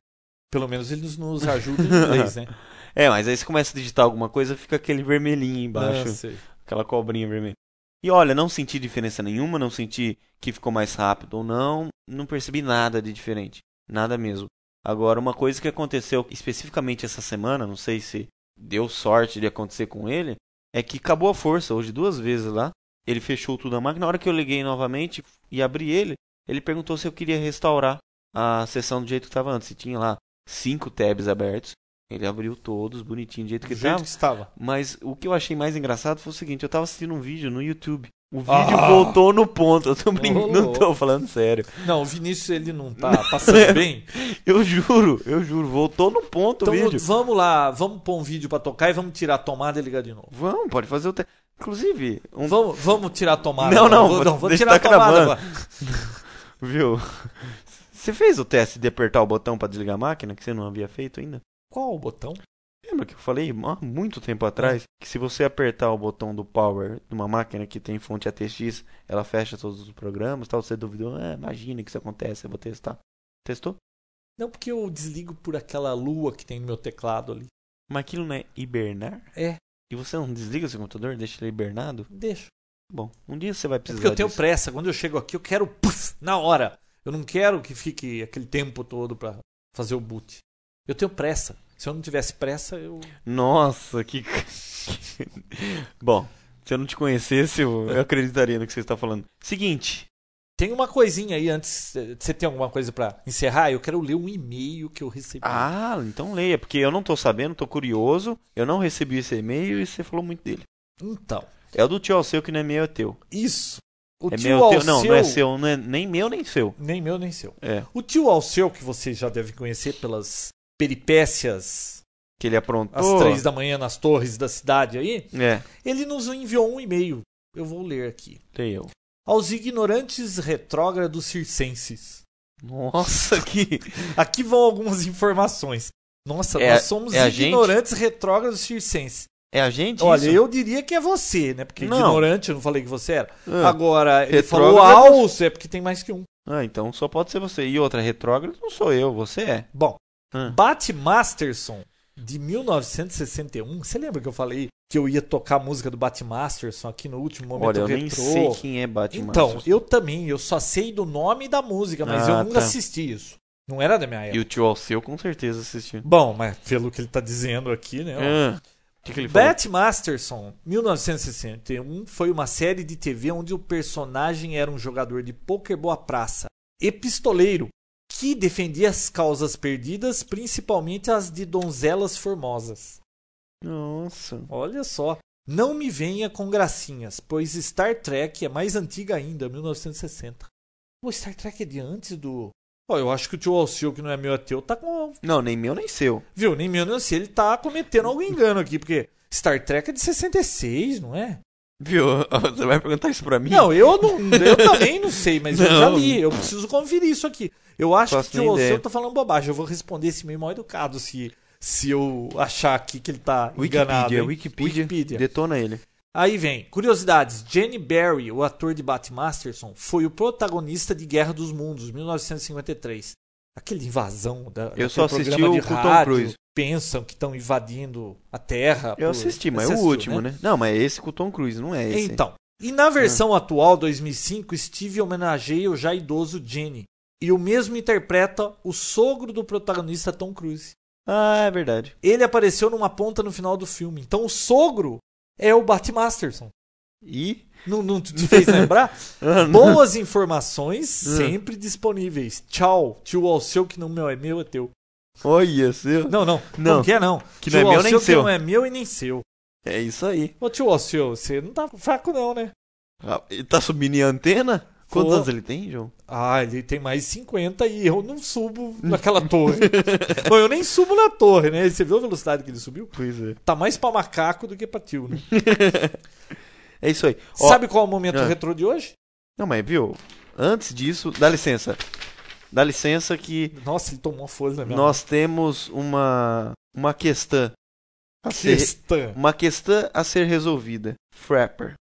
[SPEAKER 1] Pelo menos eles nos ajudam em inglês, né?
[SPEAKER 3] É, mas aí você começa a digitar alguma coisa, fica aquele vermelhinho
[SPEAKER 1] Ah,
[SPEAKER 3] embaixo,
[SPEAKER 1] sei.
[SPEAKER 3] aquela cobrinha vermelha. E olha, não senti diferença nenhuma, não senti que ficou mais rápido ou não, não percebi nada de diferente, nada mesmo. Agora, uma coisa que aconteceu especificamente essa semana, não sei se deu sorte de acontecer com ele, é que acabou a força hoje duas vezes lá. Ele fechou tudo a máquina. Na hora que eu liguei novamente e abri ele, ele perguntou se eu queria restaurar a sessão do jeito que estava antes. Se tinha lá cinco tabs abertos. Ele abriu todos, bonitinho, do jeito que
[SPEAKER 1] Do jeito
[SPEAKER 3] estava.
[SPEAKER 1] que estava.
[SPEAKER 3] Mas o que eu achei mais engraçado foi o seguinte: eu tava assistindo um vídeo no YouTube. O
[SPEAKER 1] Ah!
[SPEAKER 3] vídeo voltou no ponto. Eu tô brincando,
[SPEAKER 1] Ô,
[SPEAKER 3] não
[SPEAKER 1] louco.
[SPEAKER 3] tô falando sério.
[SPEAKER 1] Não, o Vinícius ele não tá passando bem.
[SPEAKER 3] Eu juro, eu juro, voltou no ponto
[SPEAKER 1] Então
[SPEAKER 3] o vídeo.
[SPEAKER 1] vamos lá, vamos pôr um vídeo pra tocar e vamos tirar a tomada e ligar de novo.
[SPEAKER 3] Vamos, pode fazer o teste. Inclusive, um
[SPEAKER 1] Vamos, vamos tirar a tomada.
[SPEAKER 3] Não,
[SPEAKER 1] agora.
[SPEAKER 3] não,
[SPEAKER 1] vou, não, vou
[SPEAKER 3] deixa
[SPEAKER 1] tirar a
[SPEAKER 3] tá
[SPEAKER 1] tomada
[SPEAKER 3] gravando.
[SPEAKER 1] agora.
[SPEAKER 3] Viu? Você fez o teste de apertar o botão pra desligar a máquina, que você não havia feito ainda?
[SPEAKER 1] Qual o botão?
[SPEAKER 3] Lembra que eu falei há muito tempo atrás que se você apertar o botão do power de uma máquina que tem fonte ATX, ela fecha todos os programas e tal? Você duvidou? Ah, imagina que isso acontece, eu vou testar. Testou?
[SPEAKER 1] Não, porque eu desligo por aquela lua que tem no meu teclado ali.
[SPEAKER 3] Mas aquilo não é hibernar?
[SPEAKER 1] É.
[SPEAKER 3] E você não desliga o seu computador, deixa ele hibernado?
[SPEAKER 1] Deixa.
[SPEAKER 3] Bom, um dia você vai
[SPEAKER 1] É
[SPEAKER 3] precisar
[SPEAKER 1] porque eu tenho
[SPEAKER 3] disso.
[SPEAKER 1] pressa. Quando eu chego aqui, eu quero puff, na hora. Eu não quero que fique aquele tempo todo pra fazer o boot. Eu tenho pressa. Se eu não tivesse pressa, eu.
[SPEAKER 3] Nossa, que. Bom, se eu não te conhecesse, eu eu acreditaria no que você está falando. Seguinte,
[SPEAKER 1] Tem uma coisinha aí antes. eh, Você tem alguma coisa pra encerrar? Eu quero ler um e-mail que eu recebi.
[SPEAKER 3] Ah, então leia, porque eu não tô sabendo, tô curioso, eu não recebi esse e-mail e você falou muito dele.
[SPEAKER 1] Então,
[SPEAKER 3] É o do tio seu que não é meu, é teu.
[SPEAKER 1] isso. O
[SPEAKER 3] é
[SPEAKER 1] tio
[SPEAKER 3] meu, teu. Não, não é
[SPEAKER 1] Alceu-
[SPEAKER 3] seu, não é nem meu, nem seu.
[SPEAKER 1] Nem meu, nem seu.
[SPEAKER 3] É.
[SPEAKER 1] O tio Alceu, que vocês já devem conhecer pelas peripécias
[SPEAKER 3] Que ele aprontou.
[SPEAKER 1] às três da manhã nas torres da cidade aí,
[SPEAKER 3] É,
[SPEAKER 1] ele nos enviou um e-mail. Eu vou ler aqui.
[SPEAKER 3] tem eu.
[SPEAKER 1] Aos ignorantes retrógrados circenses.
[SPEAKER 3] Nossa, que.
[SPEAKER 1] Aqui vão algumas informações. Nossa,
[SPEAKER 3] É-
[SPEAKER 1] nós somos
[SPEAKER 3] é a gente?
[SPEAKER 1] ignorantes retrógrados circenses.
[SPEAKER 3] É a gente?
[SPEAKER 1] Olha,
[SPEAKER 3] isso?
[SPEAKER 1] eu diria que é você, né? Porque
[SPEAKER 3] Não.
[SPEAKER 1] ignorante, eu não falei que você era.
[SPEAKER 3] Ah.
[SPEAKER 1] Agora, ele
[SPEAKER 3] Retrógrado
[SPEAKER 1] falou
[SPEAKER 3] é
[SPEAKER 1] aos, é porque tem mais que um.
[SPEAKER 3] Ah, então só pode ser você. E outra, retrógrado não sou eu, você é.
[SPEAKER 1] Bom,
[SPEAKER 3] Ah.
[SPEAKER 1] Bat Masterson, de 1961. Você lembra que eu falei que eu ia tocar a música do Bat Masterson aqui no último momento
[SPEAKER 3] Olha, eu
[SPEAKER 1] retrô?
[SPEAKER 3] nem sei quem é Batman.
[SPEAKER 1] Então, eu também, eu só sei do nome da música, mas
[SPEAKER 3] Ah,
[SPEAKER 1] eu nunca
[SPEAKER 3] tá.
[SPEAKER 1] assisti isso. Não era da minha época.
[SPEAKER 3] E o tio Alceu com certeza assistiu.
[SPEAKER 1] Bom, mas pelo que ele tá dizendo aqui, né? ó.
[SPEAKER 3] Ah, o que, que ele falou?
[SPEAKER 1] Bat Masterson, 1961, foi uma série de TV onde o personagem era um jogador de pôquer boa praça e pistoleiro, que defendia as causas perdidas, principalmente as de donzelas formosas.
[SPEAKER 3] Nossa.
[SPEAKER 1] Olha só. Não me venha com gracinhas, pois Star Trek é mais antiga ainda, 1960. O Star Trek é de antes do... Ó, eu acho que o tio Alceu, que não é meu ateu, tá com...
[SPEAKER 3] Não, nem meu nem seu.
[SPEAKER 1] Viu, nem meu nem sei, ele tá cometendo algum engano aqui, porque Star Trek é de 66, não é?
[SPEAKER 3] Viu? Você vai perguntar isso pra mim?
[SPEAKER 1] Não, eu não, eu também não sei, mas eu já
[SPEAKER 3] Não.
[SPEAKER 1] li. Eu preciso conferir isso aqui. Eu acho
[SPEAKER 3] Faço
[SPEAKER 1] que o
[SPEAKER 3] nem
[SPEAKER 1] Alceu
[SPEAKER 3] ideia.
[SPEAKER 1] tá falando bobagem. Eu vou responder esse meio mal educado se, se eu achar aqui que ele tá enganado.
[SPEAKER 3] Wikipedia,
[SPEAKER 1] hein?
[SPEAKER 3] Wikipedia,
[SPEAKER 1] Wikipedia.
[SPEAKER 3] Detona ele.
[SPEAKER 1] Aí vem, curiosidades. Jenny Barry, o ator de Bat Masterson, foi o protagonista de Guerra dos Mundos, 1953. Aquele invasão da
[SPEAKER 3] Eu
[SPEAKER 1] daquele
[SPEAKER 3] só assisti
[SPEAKER 1] programa de
[SPEAKER 3] o com o Tom
[SPEAKER 1] rádio,
[SPEAKER 3] Cruise.
[SPEAKER 1] Pensam que estão invadindo a Terra.
[SPEAKER 3] Eu
[SPEAKER 1] por-
[SPEAKER 3] assisti, mas
[SPEAKER 1] Você
[SPEAKER 3] é o
[SPEAKER 1] assistiu,
[SPEAKER 3] último, né? Não, mas é esse com o Tom Cruise, não é esse. Ah.
[SPEAKER 1] então, e na versão atual, 2005, Steve homenageia o já idoso Jenny. E o mesmo interpreta o sogro do protagonista Tom Cruise.
[SPEAKER 3] Ah, é verdade.
[SPEAKER 1] Ele apareceu numa ponta no final do filme. Então o sogro é o Bat Masterson.
[SPEAKER 3] E?
[SPEAKER 1] Não, não te fez lembrar?
[SPEAKER 3] Ah, não.
[SPEAKER 1] Boas informações
[SPEAKER 3] Ah.
[SPEAKER 1] sempre disponíveis. Tchau, tio Alceu, que não meu é meu, é teu.
[SPEAKER 3] Olha, seu.
[SPEAKER 1] Não, não,
[SPEAKER 3] Não.
[SPEAKER 1] não quer não.
[SPEAKER 3] Que
[SPEAKER 1] tio
[SPEAKER 3] não é meu nem
[SPEAKER 1] Alceu,
[SPEAKER 3] seu.
[SPEAKER 1] Que não é meu e nem seu.
[SPEAKER 3] É isso aí.
[SPEAKER 1] Ô tio Alceu, você não tá fraco não, né?
[SPEAKER 3] Ah, ele tá subindo em antena? Quantos
[SPEAKER 1] Pô.
[SPEAKER 3] anos ele tem, João?
[SPEAKER 1] Ah, ele tem mais 50 e eu não subo naquela torre. Bom, eu nem subo na torre, né? Você viu a velocidade que ele subiu?
[SPEAKER 3] Pois é.
[SPEAKER 1] Tá mais pra macaco do que pra tio, né?
[SPEAKER 3] É isso aí. Ó,
[SPEAKER 1] Sabe qual é o momento
[SPEAKER 3] Ah.
[SPEAKER 1] retrô de hoje?
[SPEAKER 3] Não, mas viu? Antes disso, dá licença. Dá licença que
[SPEAKER 1] Nossa, ele tomou uma folha na minha
[SPEAKER 3] nós temos uma uma questão a
[SPEAKER 1] mão.
[SPEAKER 3] ser,
[SPEAKER 1] Questão.
[SPEAKER 3] uma questão a ser resolvida. Frapper.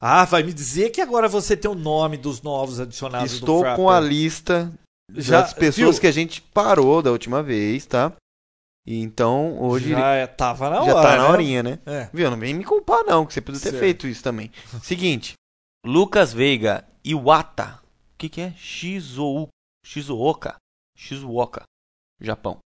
[SPEAKER 1] Ah, vai me dizer que agora você tem o nome dos novos adicionados
[SPEAKER 3] Estou
[SPEAKER 1] do Frapper.
[SPEAKER 3] com a lista
[SPEAKER 1] Já-
[SPEAKER 3] das pessoas
[SPEAKER 1] viu?
[SPEAKER 3] que a gente parou da última vez, tá? E então hoje
[SPEAKER 1] já é- tava na
[SPEAKER 3] ele-
[SPEAKER 1] hora.
[SPEAKER 3] já tá na
[SPEAKER 1] né?
[SPEAKER 3] horinha, né?
[SPEAKER 1] É.
[SPEAKER 3] Viu? Não vem me culpar, não, que você podia ter
[SPEAKER 1] Certo.
[SPEAKER 3] feito isso também. Seguinte. Lucas Veiga Iwata. O que, que é? Shizou, Shizuoka. Shizuoka. Japão.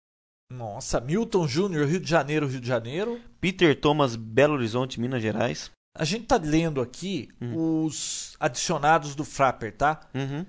[SPEAKER 1] Nossa, Milton Júnior, Rio de Janeiro, Rio de Janeiro.
[SPEAKER 3] Peter Thomas, Belo Horizonte, Minas Gerais.
[SPEAKER 1] A gente tá lendo aqui
[SPEAKER 3] Hum.
[SPEAKER 1] os adicionados do Frapper, tá?
[SPEAKER 3] Uhum.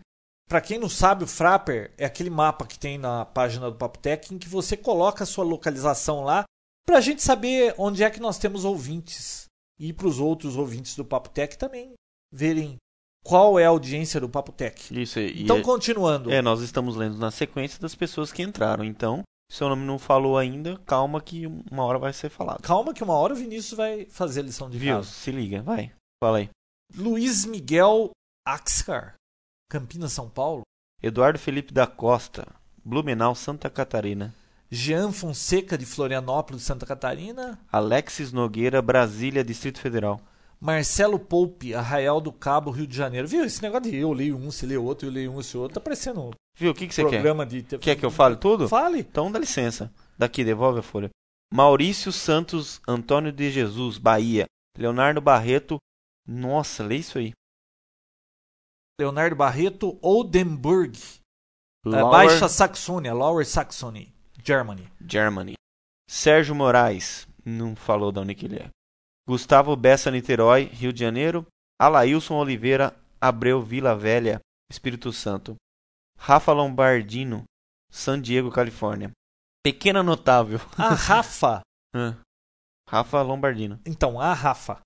[SPEAKER 1] Pra quem não sabe, o Frapper é aquele mapa que tem na página do Papotec em que você coloca a sua localização lá pra gente saber onde é que nós temos ouvintes e pros outros ouvintes do Papotec também verem qual é a audiência do Papotec.
[SPEAKER 3] Isso aí.
[SPEAKER 1] Então,
[SPEAKER 3] E-
[SPEAKER 1] continuando.
[SPEAKER 3] é, nós estamos lendo na sequência das pessoas que entraram. Então, seu nome não falou ainda, calma que uma hora vai ser falado.
[SPEAKER 1] Calma que uma hora o Vinícius vai fazer a lição de
[SPEAKER 3] Viu?
[SPEAKER 1] casa.
[SPEAKER 3] Se liga, vai. Fala aí.
[SPEAKER 1] Luiz Miguel Axcar, Campinas, São Paulo.
[SPEAKER 3] Eduardo Felipe da Costa, Blumenau, Santa Catarina.
[SPEAKER 1] Jean Fonseca, de Florianópolis, Santa Catarina.
[SPEAKER 3] Alexis Nogueira, Brasília, Distrito Federal.
[SPEAKER 1] Marcelo Poupe, Arraial do Cabo, Rio de Janeiro. Viu? Esse negócio de eu leio um, você lê outro, eu leio um, você outro. Tá parecendo um
[SPEAKER 3] Viu? O que, que você quer?
[SPEAKER 1] programa de...
[SPEAKER 3] Quer que eu fale tudo?
[SPEAKER 1] Fale.
[SPEAKER 3] Então dá licença. Daqui, devolve a folha. Maurício Santos Antônio de Jesus, Bahia. Leonardo Barreto. Nossa, lê isso aí.
[SPEAKER 1] Leonardo Barreto, Oldenburg, eh,
[SPEAKER 3] Lauer,
[SPEAKER 1] Baixa Saxônia, Lower Saxony, Germany.
[SPEAKER 3] Germany. Sérgio Moraes. Não falou de onde que ele é. Gustavo Bessa Niterói, Rio de Janeiro. Alailson Oliveira Abreu Vila Velha, Espírito Santo. Rafa Lombardino, San Diego, Califórnia. Pequena notável.
[SPEAKER 1] A Rafa.
[SPEAKER 3] Hã? Rafa Lombardino.
[SPEAKER 1] Então, a Rafa.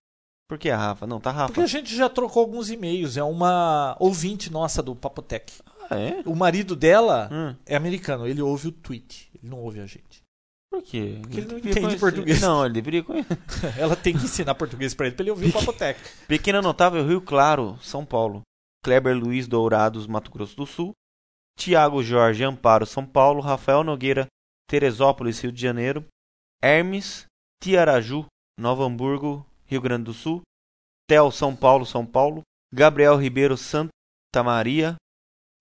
[SPEAKER 3] Por que a Rafa? Não, tá Rafa.
[SPEAKER 1] Porque a gente já trocou alguns e-mails. É uma ouvinte nossa do Papotec.
[SPEAKER 3] Ah, é?
[SPEAKER 1] O marido dela
[SPEAKER 3] Hum.
[SPEAKER 1] é americano. Ele ouve o tweet. Ele não ouve a gente.
[SPEAKER 3] Por quê?
[SPEAKER 1] Porque ele não
[SPEAKER 3] deveria
[SPEAKER 1] entende
[SPEAKER 3] conhecer.
[SPEAKER 1] português.
[SPEAKER 3] Não, ele deveria conhecer.
[SPEAKER 1] Ela tem que ensinar português pra ele pra ele ouvir o Papotec.
[SPEAKER 3] Pequena notável Rio Claro, São Paulo. Kleber Luiz Dourados, Mato Grosso do Sul. Tiago Jorge Amparo, São Paulo. Rafael Nogueira, Teresópolis, Rio de Janeiro. Hermes Tiaraju, Novo Hamburgo, Rio Grande do Sul. Tel São Paulo, São Paulo. Gabriel Ribeiro, Santa Maria,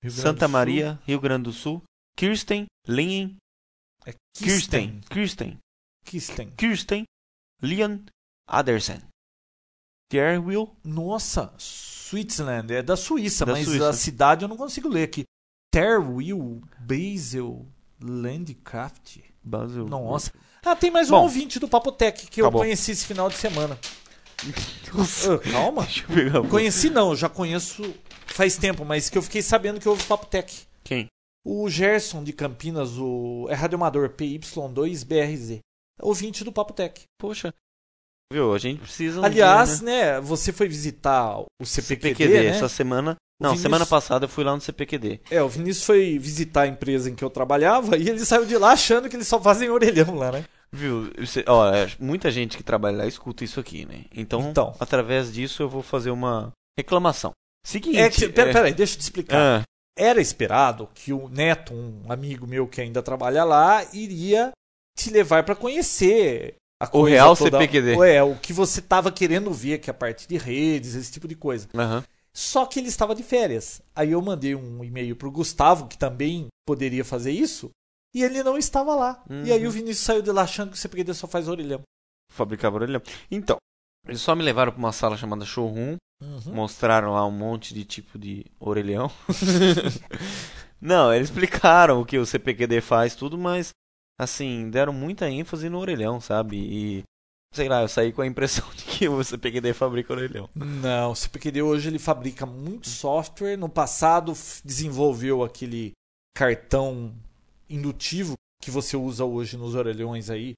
[SPEAKER 1] Rio Grande do
[SPEAKER 3] Santa
[SPEAKER 1] Sul.
[SPEAKER 3] Maria, Rio Grande do Sul. Kirsten Lien,
[SPEAKER 1] É
[SPEAKER 3] Kirsten,
[SPEAKER 1] Kirsten.
[SPEAKER 3] Kirsten,
[SPEAKER 1] Kirsten.
[SPEAKER 3] Kirsten Lian Andersen. Pierre Will
[SPEAKER 1] Nossa, Switzerland. É da Suíça,
[SPEAKER 3] Da
[SPEAKER 1] mas
[SPEAKER 3] Suíça.
[SPEAKER 1] a cidade eu não consigo ler aqui. Terwill, Basel, Landcraft.
[SPEAKER 3] Basil.
[SPEAKER 1] Nossa. Ah, tem mais um
[SPEAKER 3] Bom.
[SPEAKER 1] ouvinte do Papotec que
[SPEAKER 3] Acabou.
[SPEAKER 1] eu conheci esse final de semana.
[SPEAKER 3] Nossa.
[SPEAKER 1] Ah, calma.
[SPEAKER 3] Deixa eu pegar a voz.
[SPEAKER 1] Conheci não, eu já conheço faz tempo, mas que eu fiquei sabendo que houve Papotec.
[SPEAKER 3] Quem?
[SPEAKER 1] O Gerson de Campinas, o é radioamador PY2BRZ. Ouvinte do Papotec.
[SPEAKER 3] Poxa. Viu, a gente precisa. um
[SPEAKER 1] Aliás,
[SPEAKER 3] dia,
[SPEAKER 1] né, você foi visitar o
[SPEAKER 3] né?
[SPEAKER 1] CPQD,
[SPEAKER 3] CPQD,
[SPEAKER 1] né?
[SPEAKER 3] essa semana.
[SPEAKER 1] O
[SPEAKER 3] Não,
[SPEAKER 1] Vinícius-
[SPEAKER 3] semana passada eu fui lá no CPQD.
[SPEAKER 1] É, o Vinícius foi visitar a empresa em que eu trabalhava e ele saiu de lá achando que eles só fazem orelhão lá, né?
[SPEAKER 3] Viu, você- ó, é, muita gente que trabalha lá escuta isso aqui, né? Então,
[SPEAKER 1] Então.
[SPEAKER 3] através disso eu vou fazer uma reclamação. Seguinte.
[SPEAKER 1] É que, pera,
[SPEAKER 3] é-
[SPEAKER 1] peraí, deixa eu te explicar.
[SPEAKER 3] Ah,
[SPEAKER 1] Era esperado que o Neto, um amigo meu que ainda trabalha lá, iria te levar pra conhecer a coisa
[SPEAKER 3] real
[SPEAKER 1] toda.
[SPEAKER 3] CPQD.
[SPEAKER 1] É, o que você tava querendo ver, que é a parte de redes, esse tipo de coisa.
[SPEAKER 3] aham.
[SPEAKER 1] Só que ele estava de férias. Aí eu mandei um e-mail pro Gustavo, que também poderia fazer isso, e ele não estava lá.
[SPEAKER 3] Uhum.
[SPEAKER 1] E aí o Vinícius saiu de lá achando que o CPQD só faz orelhão.
[SPEAKER 3] Fabricava orelhão. Então, eles só me levaram pra uma sala chamada showroom.
[SPEAKER 1] Uhum.
[SPEAKER 3] Mostraram lá um monte de tipo de orelhão. Não, eles explicaram o que o CPQD faz, tudo, mas assim, deram muita ênfase no orelhão, sabe? E sei lá, eu saí com a impressão de que o CPQD fabrica orelhão.
[SPEAKER 1] Não, o CPQD hoje ele fabrica muito software. No passado f- desenvolveu aquele cartão indutivo que você usa hoje nos orelhões aí.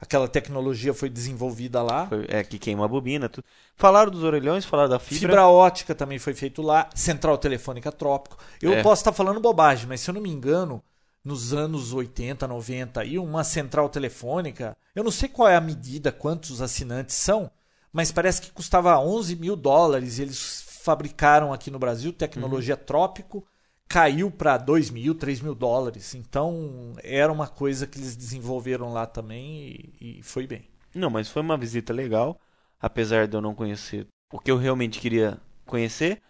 [SPEAKER 1] Aquela tecnologia foi desenvolvida lá.
[SPEAKER 3] Foi- É que queima a bobina, tudo. Falaram dos orelhões, falaram da
[SPEAKER 1] Fibra.
[SPEAKER 3] fibra.
[SPEAKER 1] ótica também foi feito lá, central telefônica trópico. Eu
[SPEAKER 3] É.
[SPEAKER 1] posso estar falando bobagem, mas se eu não me engano, nos anos 80, 90 aí, uma central telefônica, eu não sei qual é a medida, quantos assinantes são, mas parece que custava 11 mil dólares. e Eles fabricaram aqui no Brasil tecnologia trópico, caiu para 2 mil, 3 mil dólares. Então era uma coisa que eles desenvolveram lá também e, e foi bem.
[SPEAKER 3] Não, mas foi uma visita legal, apesar de eu não conhecer o que eu realmente queria conhecer,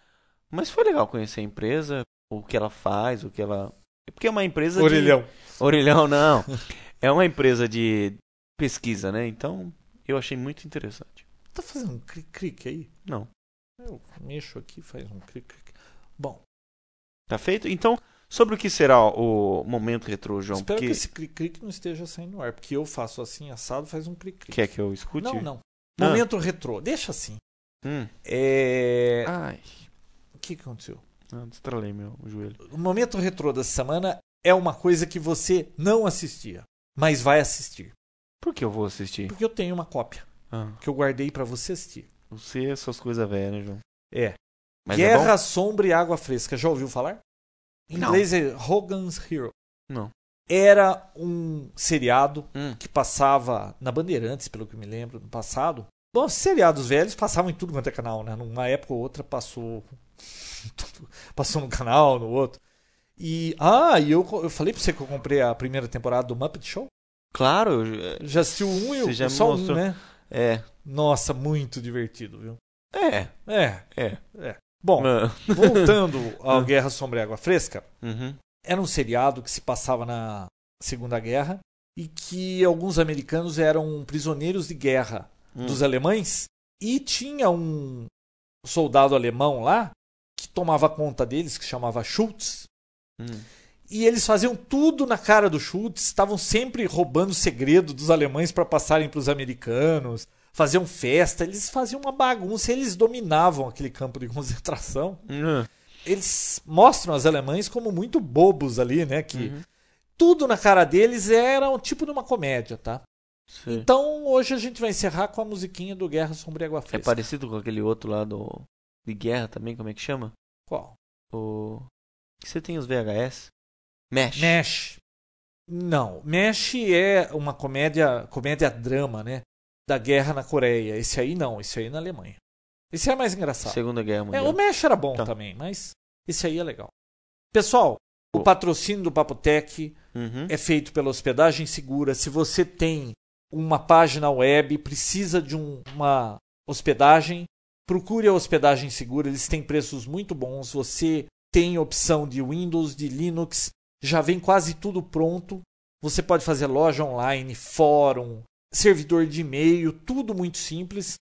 [SPEAKER 3] mas foi legal conhecer a empresa, o que ela faz, o que ela. É Porque é uma empresa de- Orelhão não. É uma empresa de pesquisa, né? Então, eu achei muito interessante.
[SPEAKER 1] Tá fazendo um clique aí?
[SPEAKER 3] Não.
[SPEAKER 1] Eu mexo aqui, faz um clique. Bom,
[SPEAKER 3] Tá feito? Então, sobre o que será o momento retrô, João?
[SPEAKER 1] espero que
[SPEAKER 3] Porque
[SPEAKER 1] esse clique não esteja saindo no ar, porque eu faço assim, assado, faz um clique.
[SPEAKER 3] quer que eu escute?
[SPEAKER 1] Não, não.
[SPEAKER 3] Ah.
[SPEAKER 1] Momento retrô, deixa assim.
[SPEAKER 3] Hum.
[SPEAKER 1] É...
[SPEAKER 3] Ai,
[SPEAKER 1] O que que aconteceu?
[SPEAKER 3] não, destralei meu joelho.
[SPEAKER 1] O momento retrô dessa semana é uma coisa que você não assistia, mas vai assistir.
[SPEAKER 3] Por que eu vou assistir?
[SPEAKER 1] Porque eu tenho uma cópia
[SPEAKER 3] Ah,
[SPEAKER 1] que eu guardei pra você assistir.
[SPEAKER 3] você e suas coisas velhas, né, João?
[SPEAKER 1] É.
[SPEAKER 3] Mas é
[SPEAKER 1] Guerra,
[SPEAKER 3] bom?
[SPEAKER 1] Sombra e Água Fresca. Já ouviu falar? Em
[SPEAKER 3] Não.
[SPEAKER 1] inglês é Hogan's Hero.
[SPEAKER 3] Não.
[SPEAKER 1] Era um seriado
[SPEAKER 3] Hum.
[SPEAKER 1] que passava na Bandeirantes, pelo que me lembro, no passado. Bom, seriados velhos passavam em tudo quanto é canal, né? Numa época ou outra passou. tudo- passou num canal, no outro. E. Ah, e eu, co- eu falei pra você que eu comprei a primeira temporada do Muppet Show?
[SPEAKER 3] Claro, eu-
[SPEAKER 1] Já assistiu um e
[SPEAKER 3] Você
[SPEAKER 1] eu,
[SPEAKER 3] já me
[SPEAKER 1] só um,
[SPEAKER 3] mostrou.
[SPEAKER 1] né?
[SPEAKER 3] é.
[SPEAKER 1] Nossa, muito divertido, viu?
[SPEAKER 3] É.
[SPEAKER 1] É.
[SPEAKER 3] É.
[SPEAKER 1] Bom,
[SPEAKER 3] Ah,
[SPEAKER 1] voltando ao Guerra Sombra e Água Fresca,
[SPEAKER 3] uhum.
[SPEAKER 1] era um seriado que se passava na Segunda Guerra e que alguns americanos eram prisioneiros de guerra
[SPEAKER 3] Hum.
[SPEAKER 1] dos alemães e tinha um soldado alemão lá que tomava conta deles, que chamava Schultz,
[SPEAKER 3] Hum.
[SPEAKER 1] e eles faziam tudo na cara do Schultz, estavam sempre roubando segredo dos alemães para passarem para os americanos, faziam festa, eles faziam uma bagunça, eles dominavam aquele campo de concentração.
[SPEAKER 3] Hum.
[SPEAKER 1] Eles mostram os alemães como muito bobos ali, né, que
[SPEAKER 3] Uhum.
[SPEAKER 1] tudo na cara deles era um tipo de uma comédia, tá?
[SPEAKER 3] Sei.
[SPEAKER 1] Então, hoje a gente vai encerrar com a musiquinha do Guerra Sombria e Água
[SPEAKER 3] É
[SPEAKER 1] Fresca.
[SPEAKER 3] parecido com aquele outro lá do... De guerra também, como é que chama?
[SPEAKER 1] Qual?
[SPEAKER 3] Tipo, O... que Você tem os VHS? Mesh.
[SPEAKER 1] Mesh. Não, Mesh é uma comédia, comédia drama, né? Da guerra na Coreia. Esse aí não, esse aí é na Alemanha. Esse é mais engraçado.
[SPEAKER 3] Segunda Guerra
[SPEAKER 1] É,
[SPEAKER 3] Mundial.
[SPEAKER 1] o Mesh era bom
[SPEAKER 3] Tá.
[SPEAKER 1] também, mas esse aí é legal. Pessoal, o
[SPEAKER 3] Bom.
[SPEAKER 1] patrocínio do Papotec
[SPEAKER 3] Uhum.
[SPEAKER 1] é feito pela Hospedagem Segura. Se você tem uma página web, precisa de um- uma hospedagem, procure a Hospedagem Segura. Eles têm preços muito bons. Você tem opção de Windows, de Linux, já vem quase tudo pronto. Você pode fazer loja online, fórum, servidor de e-mail, tudo muito simples.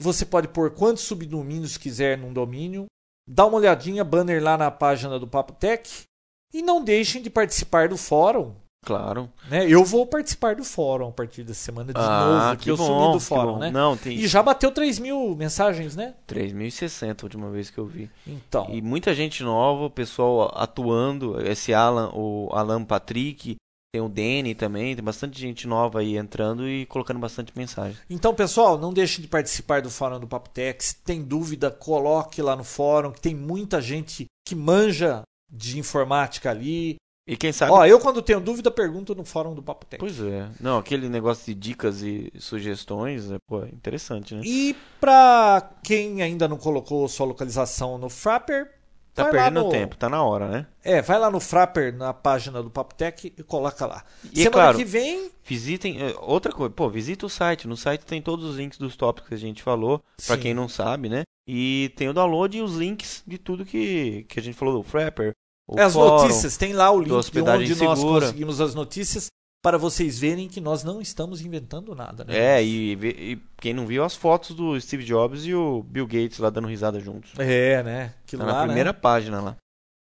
[SPEAKER 1] Você pode pôr quantos subdomínios quiser num domínio. Dá uma olhadinha, banner lá na página do Papo Tech. E não deixem de participar do fórum.
[SPEAKER 3] Claro.
[SPEAKER 1] Né? Eu vou participar do fórum a partir da semana de
[SPEAKER 3] ah,
[SPEAKER 1] novo, que,
[SPEAKER 3] que
[SPEAKER 1] eu
[SPEAKER 3] bom,
[SPEAKER 1] sumi do
[SPEAKER 3] que
[SPEAKER 1] fórum,
[SPEAKER 3] bom.
[SPEAKER 1] né?
[SPEAKER 3] Não, tem
[SPEAKER 1] E já bateu 3 mil mensagens, né?
[SPEAKER 3] 3.060 a última vez que eu vi.
[SPEAKER 1] Então,
[SPEAKER 3] E muita gente nova, o pessoal atuando, esse Alan, o Alan Patrick, tem o Danny também, tem bastante gente nova aí entrando e colocando bastante mensagem.
[SPEAKER 1] então, pessoal, não deixem de participar do fórum do Papotex. Tem dúvida, coloque lá no fórum, que tem muita gente que manja de informática ali.
[SPEAKER 3] E quem sabe...
[SPEAKER 1] Ó, eu quando tenho dúvida, pergunto no fórum do Papotex.
[SPEAKER 3] Pois é. Não, aquele negócio de dicas e sugestões, é, pô, é interessante, né?
[SPEAKER 1] E pra quem ainda não colocou sua localização no Frapper,
[SPEAKER 3] Tá
[SPEAKER 1] vai lá
[SPEAKER 3] perdendo
[SPEAKER 1] no-
[SPEAKER 3] tempo, tá na hora, né?
[SPEAKER 1] É, vai lá no Frapper, na página do Papotec e coloca lá.
[SPEAKER 3] E é
[SPEAKER 1] Semana
[SPEAKER 3] claro-
[SPEAKER 1] que vem,
[SPEAKER 3] Visitem, eh, outra coisa, pô, visita o site, no site tem todos os links dos tópicos que a gente falou, pra
[SPEAKER 1] Sim.
[SPEAKER 3] quem não sabe, né? E tem o download e os links de tudo que, que a gente falou, do Frapper, o
[SPEAKER 1] É, as
[SPEAKER 3] fórum,
[SPEAKER 1] notícias, tem lá o link de
[SPEAKER 3] hospedagem
[SPEAKER 1] onde nós
[SPEAKER 3] segura.
[SPEAKER 1] conseguimos as notícias para vocês verem que nós não estamos inventando nada, né?
[SPEAKER 3] É, e, vê- e quem não viu as fotos do Steve Jobs e o Bill Gates lá dando risada juntos.
[SPEAKER 1] É, né? Que
[SPEAKER 3] Tá
[SPEAKER 1] lá,
[SPEAKER 3] na
[SPEAKER 1] né?
[SPEAKER 3] primeira página lá.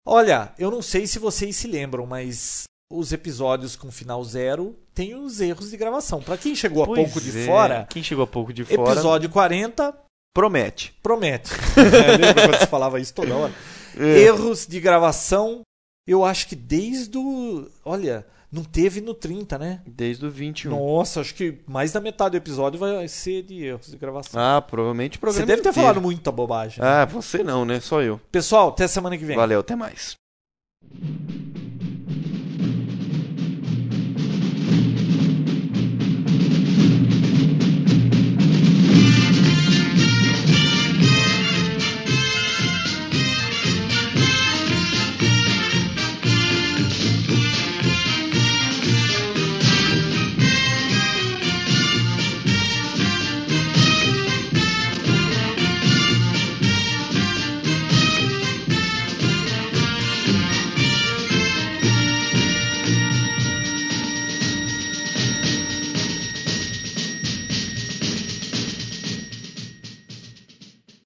[SPEAKER 1] Olha, eu não sei se vocês se lembram, mas os episódios com final zero têm os erros de gravação. Para quem chegou a pouco de
[SPEAKER 3] Pois é,
[SPEAKER 1] fora,
[SPEAKER 3] Quem chegou a pouco de fora.
[SPEAKER 1] episódio 40
[SPEAKER 3] Promete.
[SPEAKER 1] promete. É, Lembra quando você falava isso toda hora?
[SPEAKER 3] É.
[SPEAKER 1] Erros de gravação, eu acho que desde o... Olha, não teve no 30, né?
[SPEAKER 3] Desde o 21.
[SPEAKER 1] Nossa, acho que mais da metade do episódio vai ser de erros de gravação. É.
[SPEAKER 3] Ah, provavelmente o programa.
[SPEAKER 1] Você deve ter
[SPEAKER 3] inteiro.
[SPEAKER 1] falado muita bobagem.
[SPEAKER 3] Ah, você não, né? Só eu.
[SPEAKER 1] Pessoal, até semana que vem.
[SPEAKER 3] Valeu, até mais.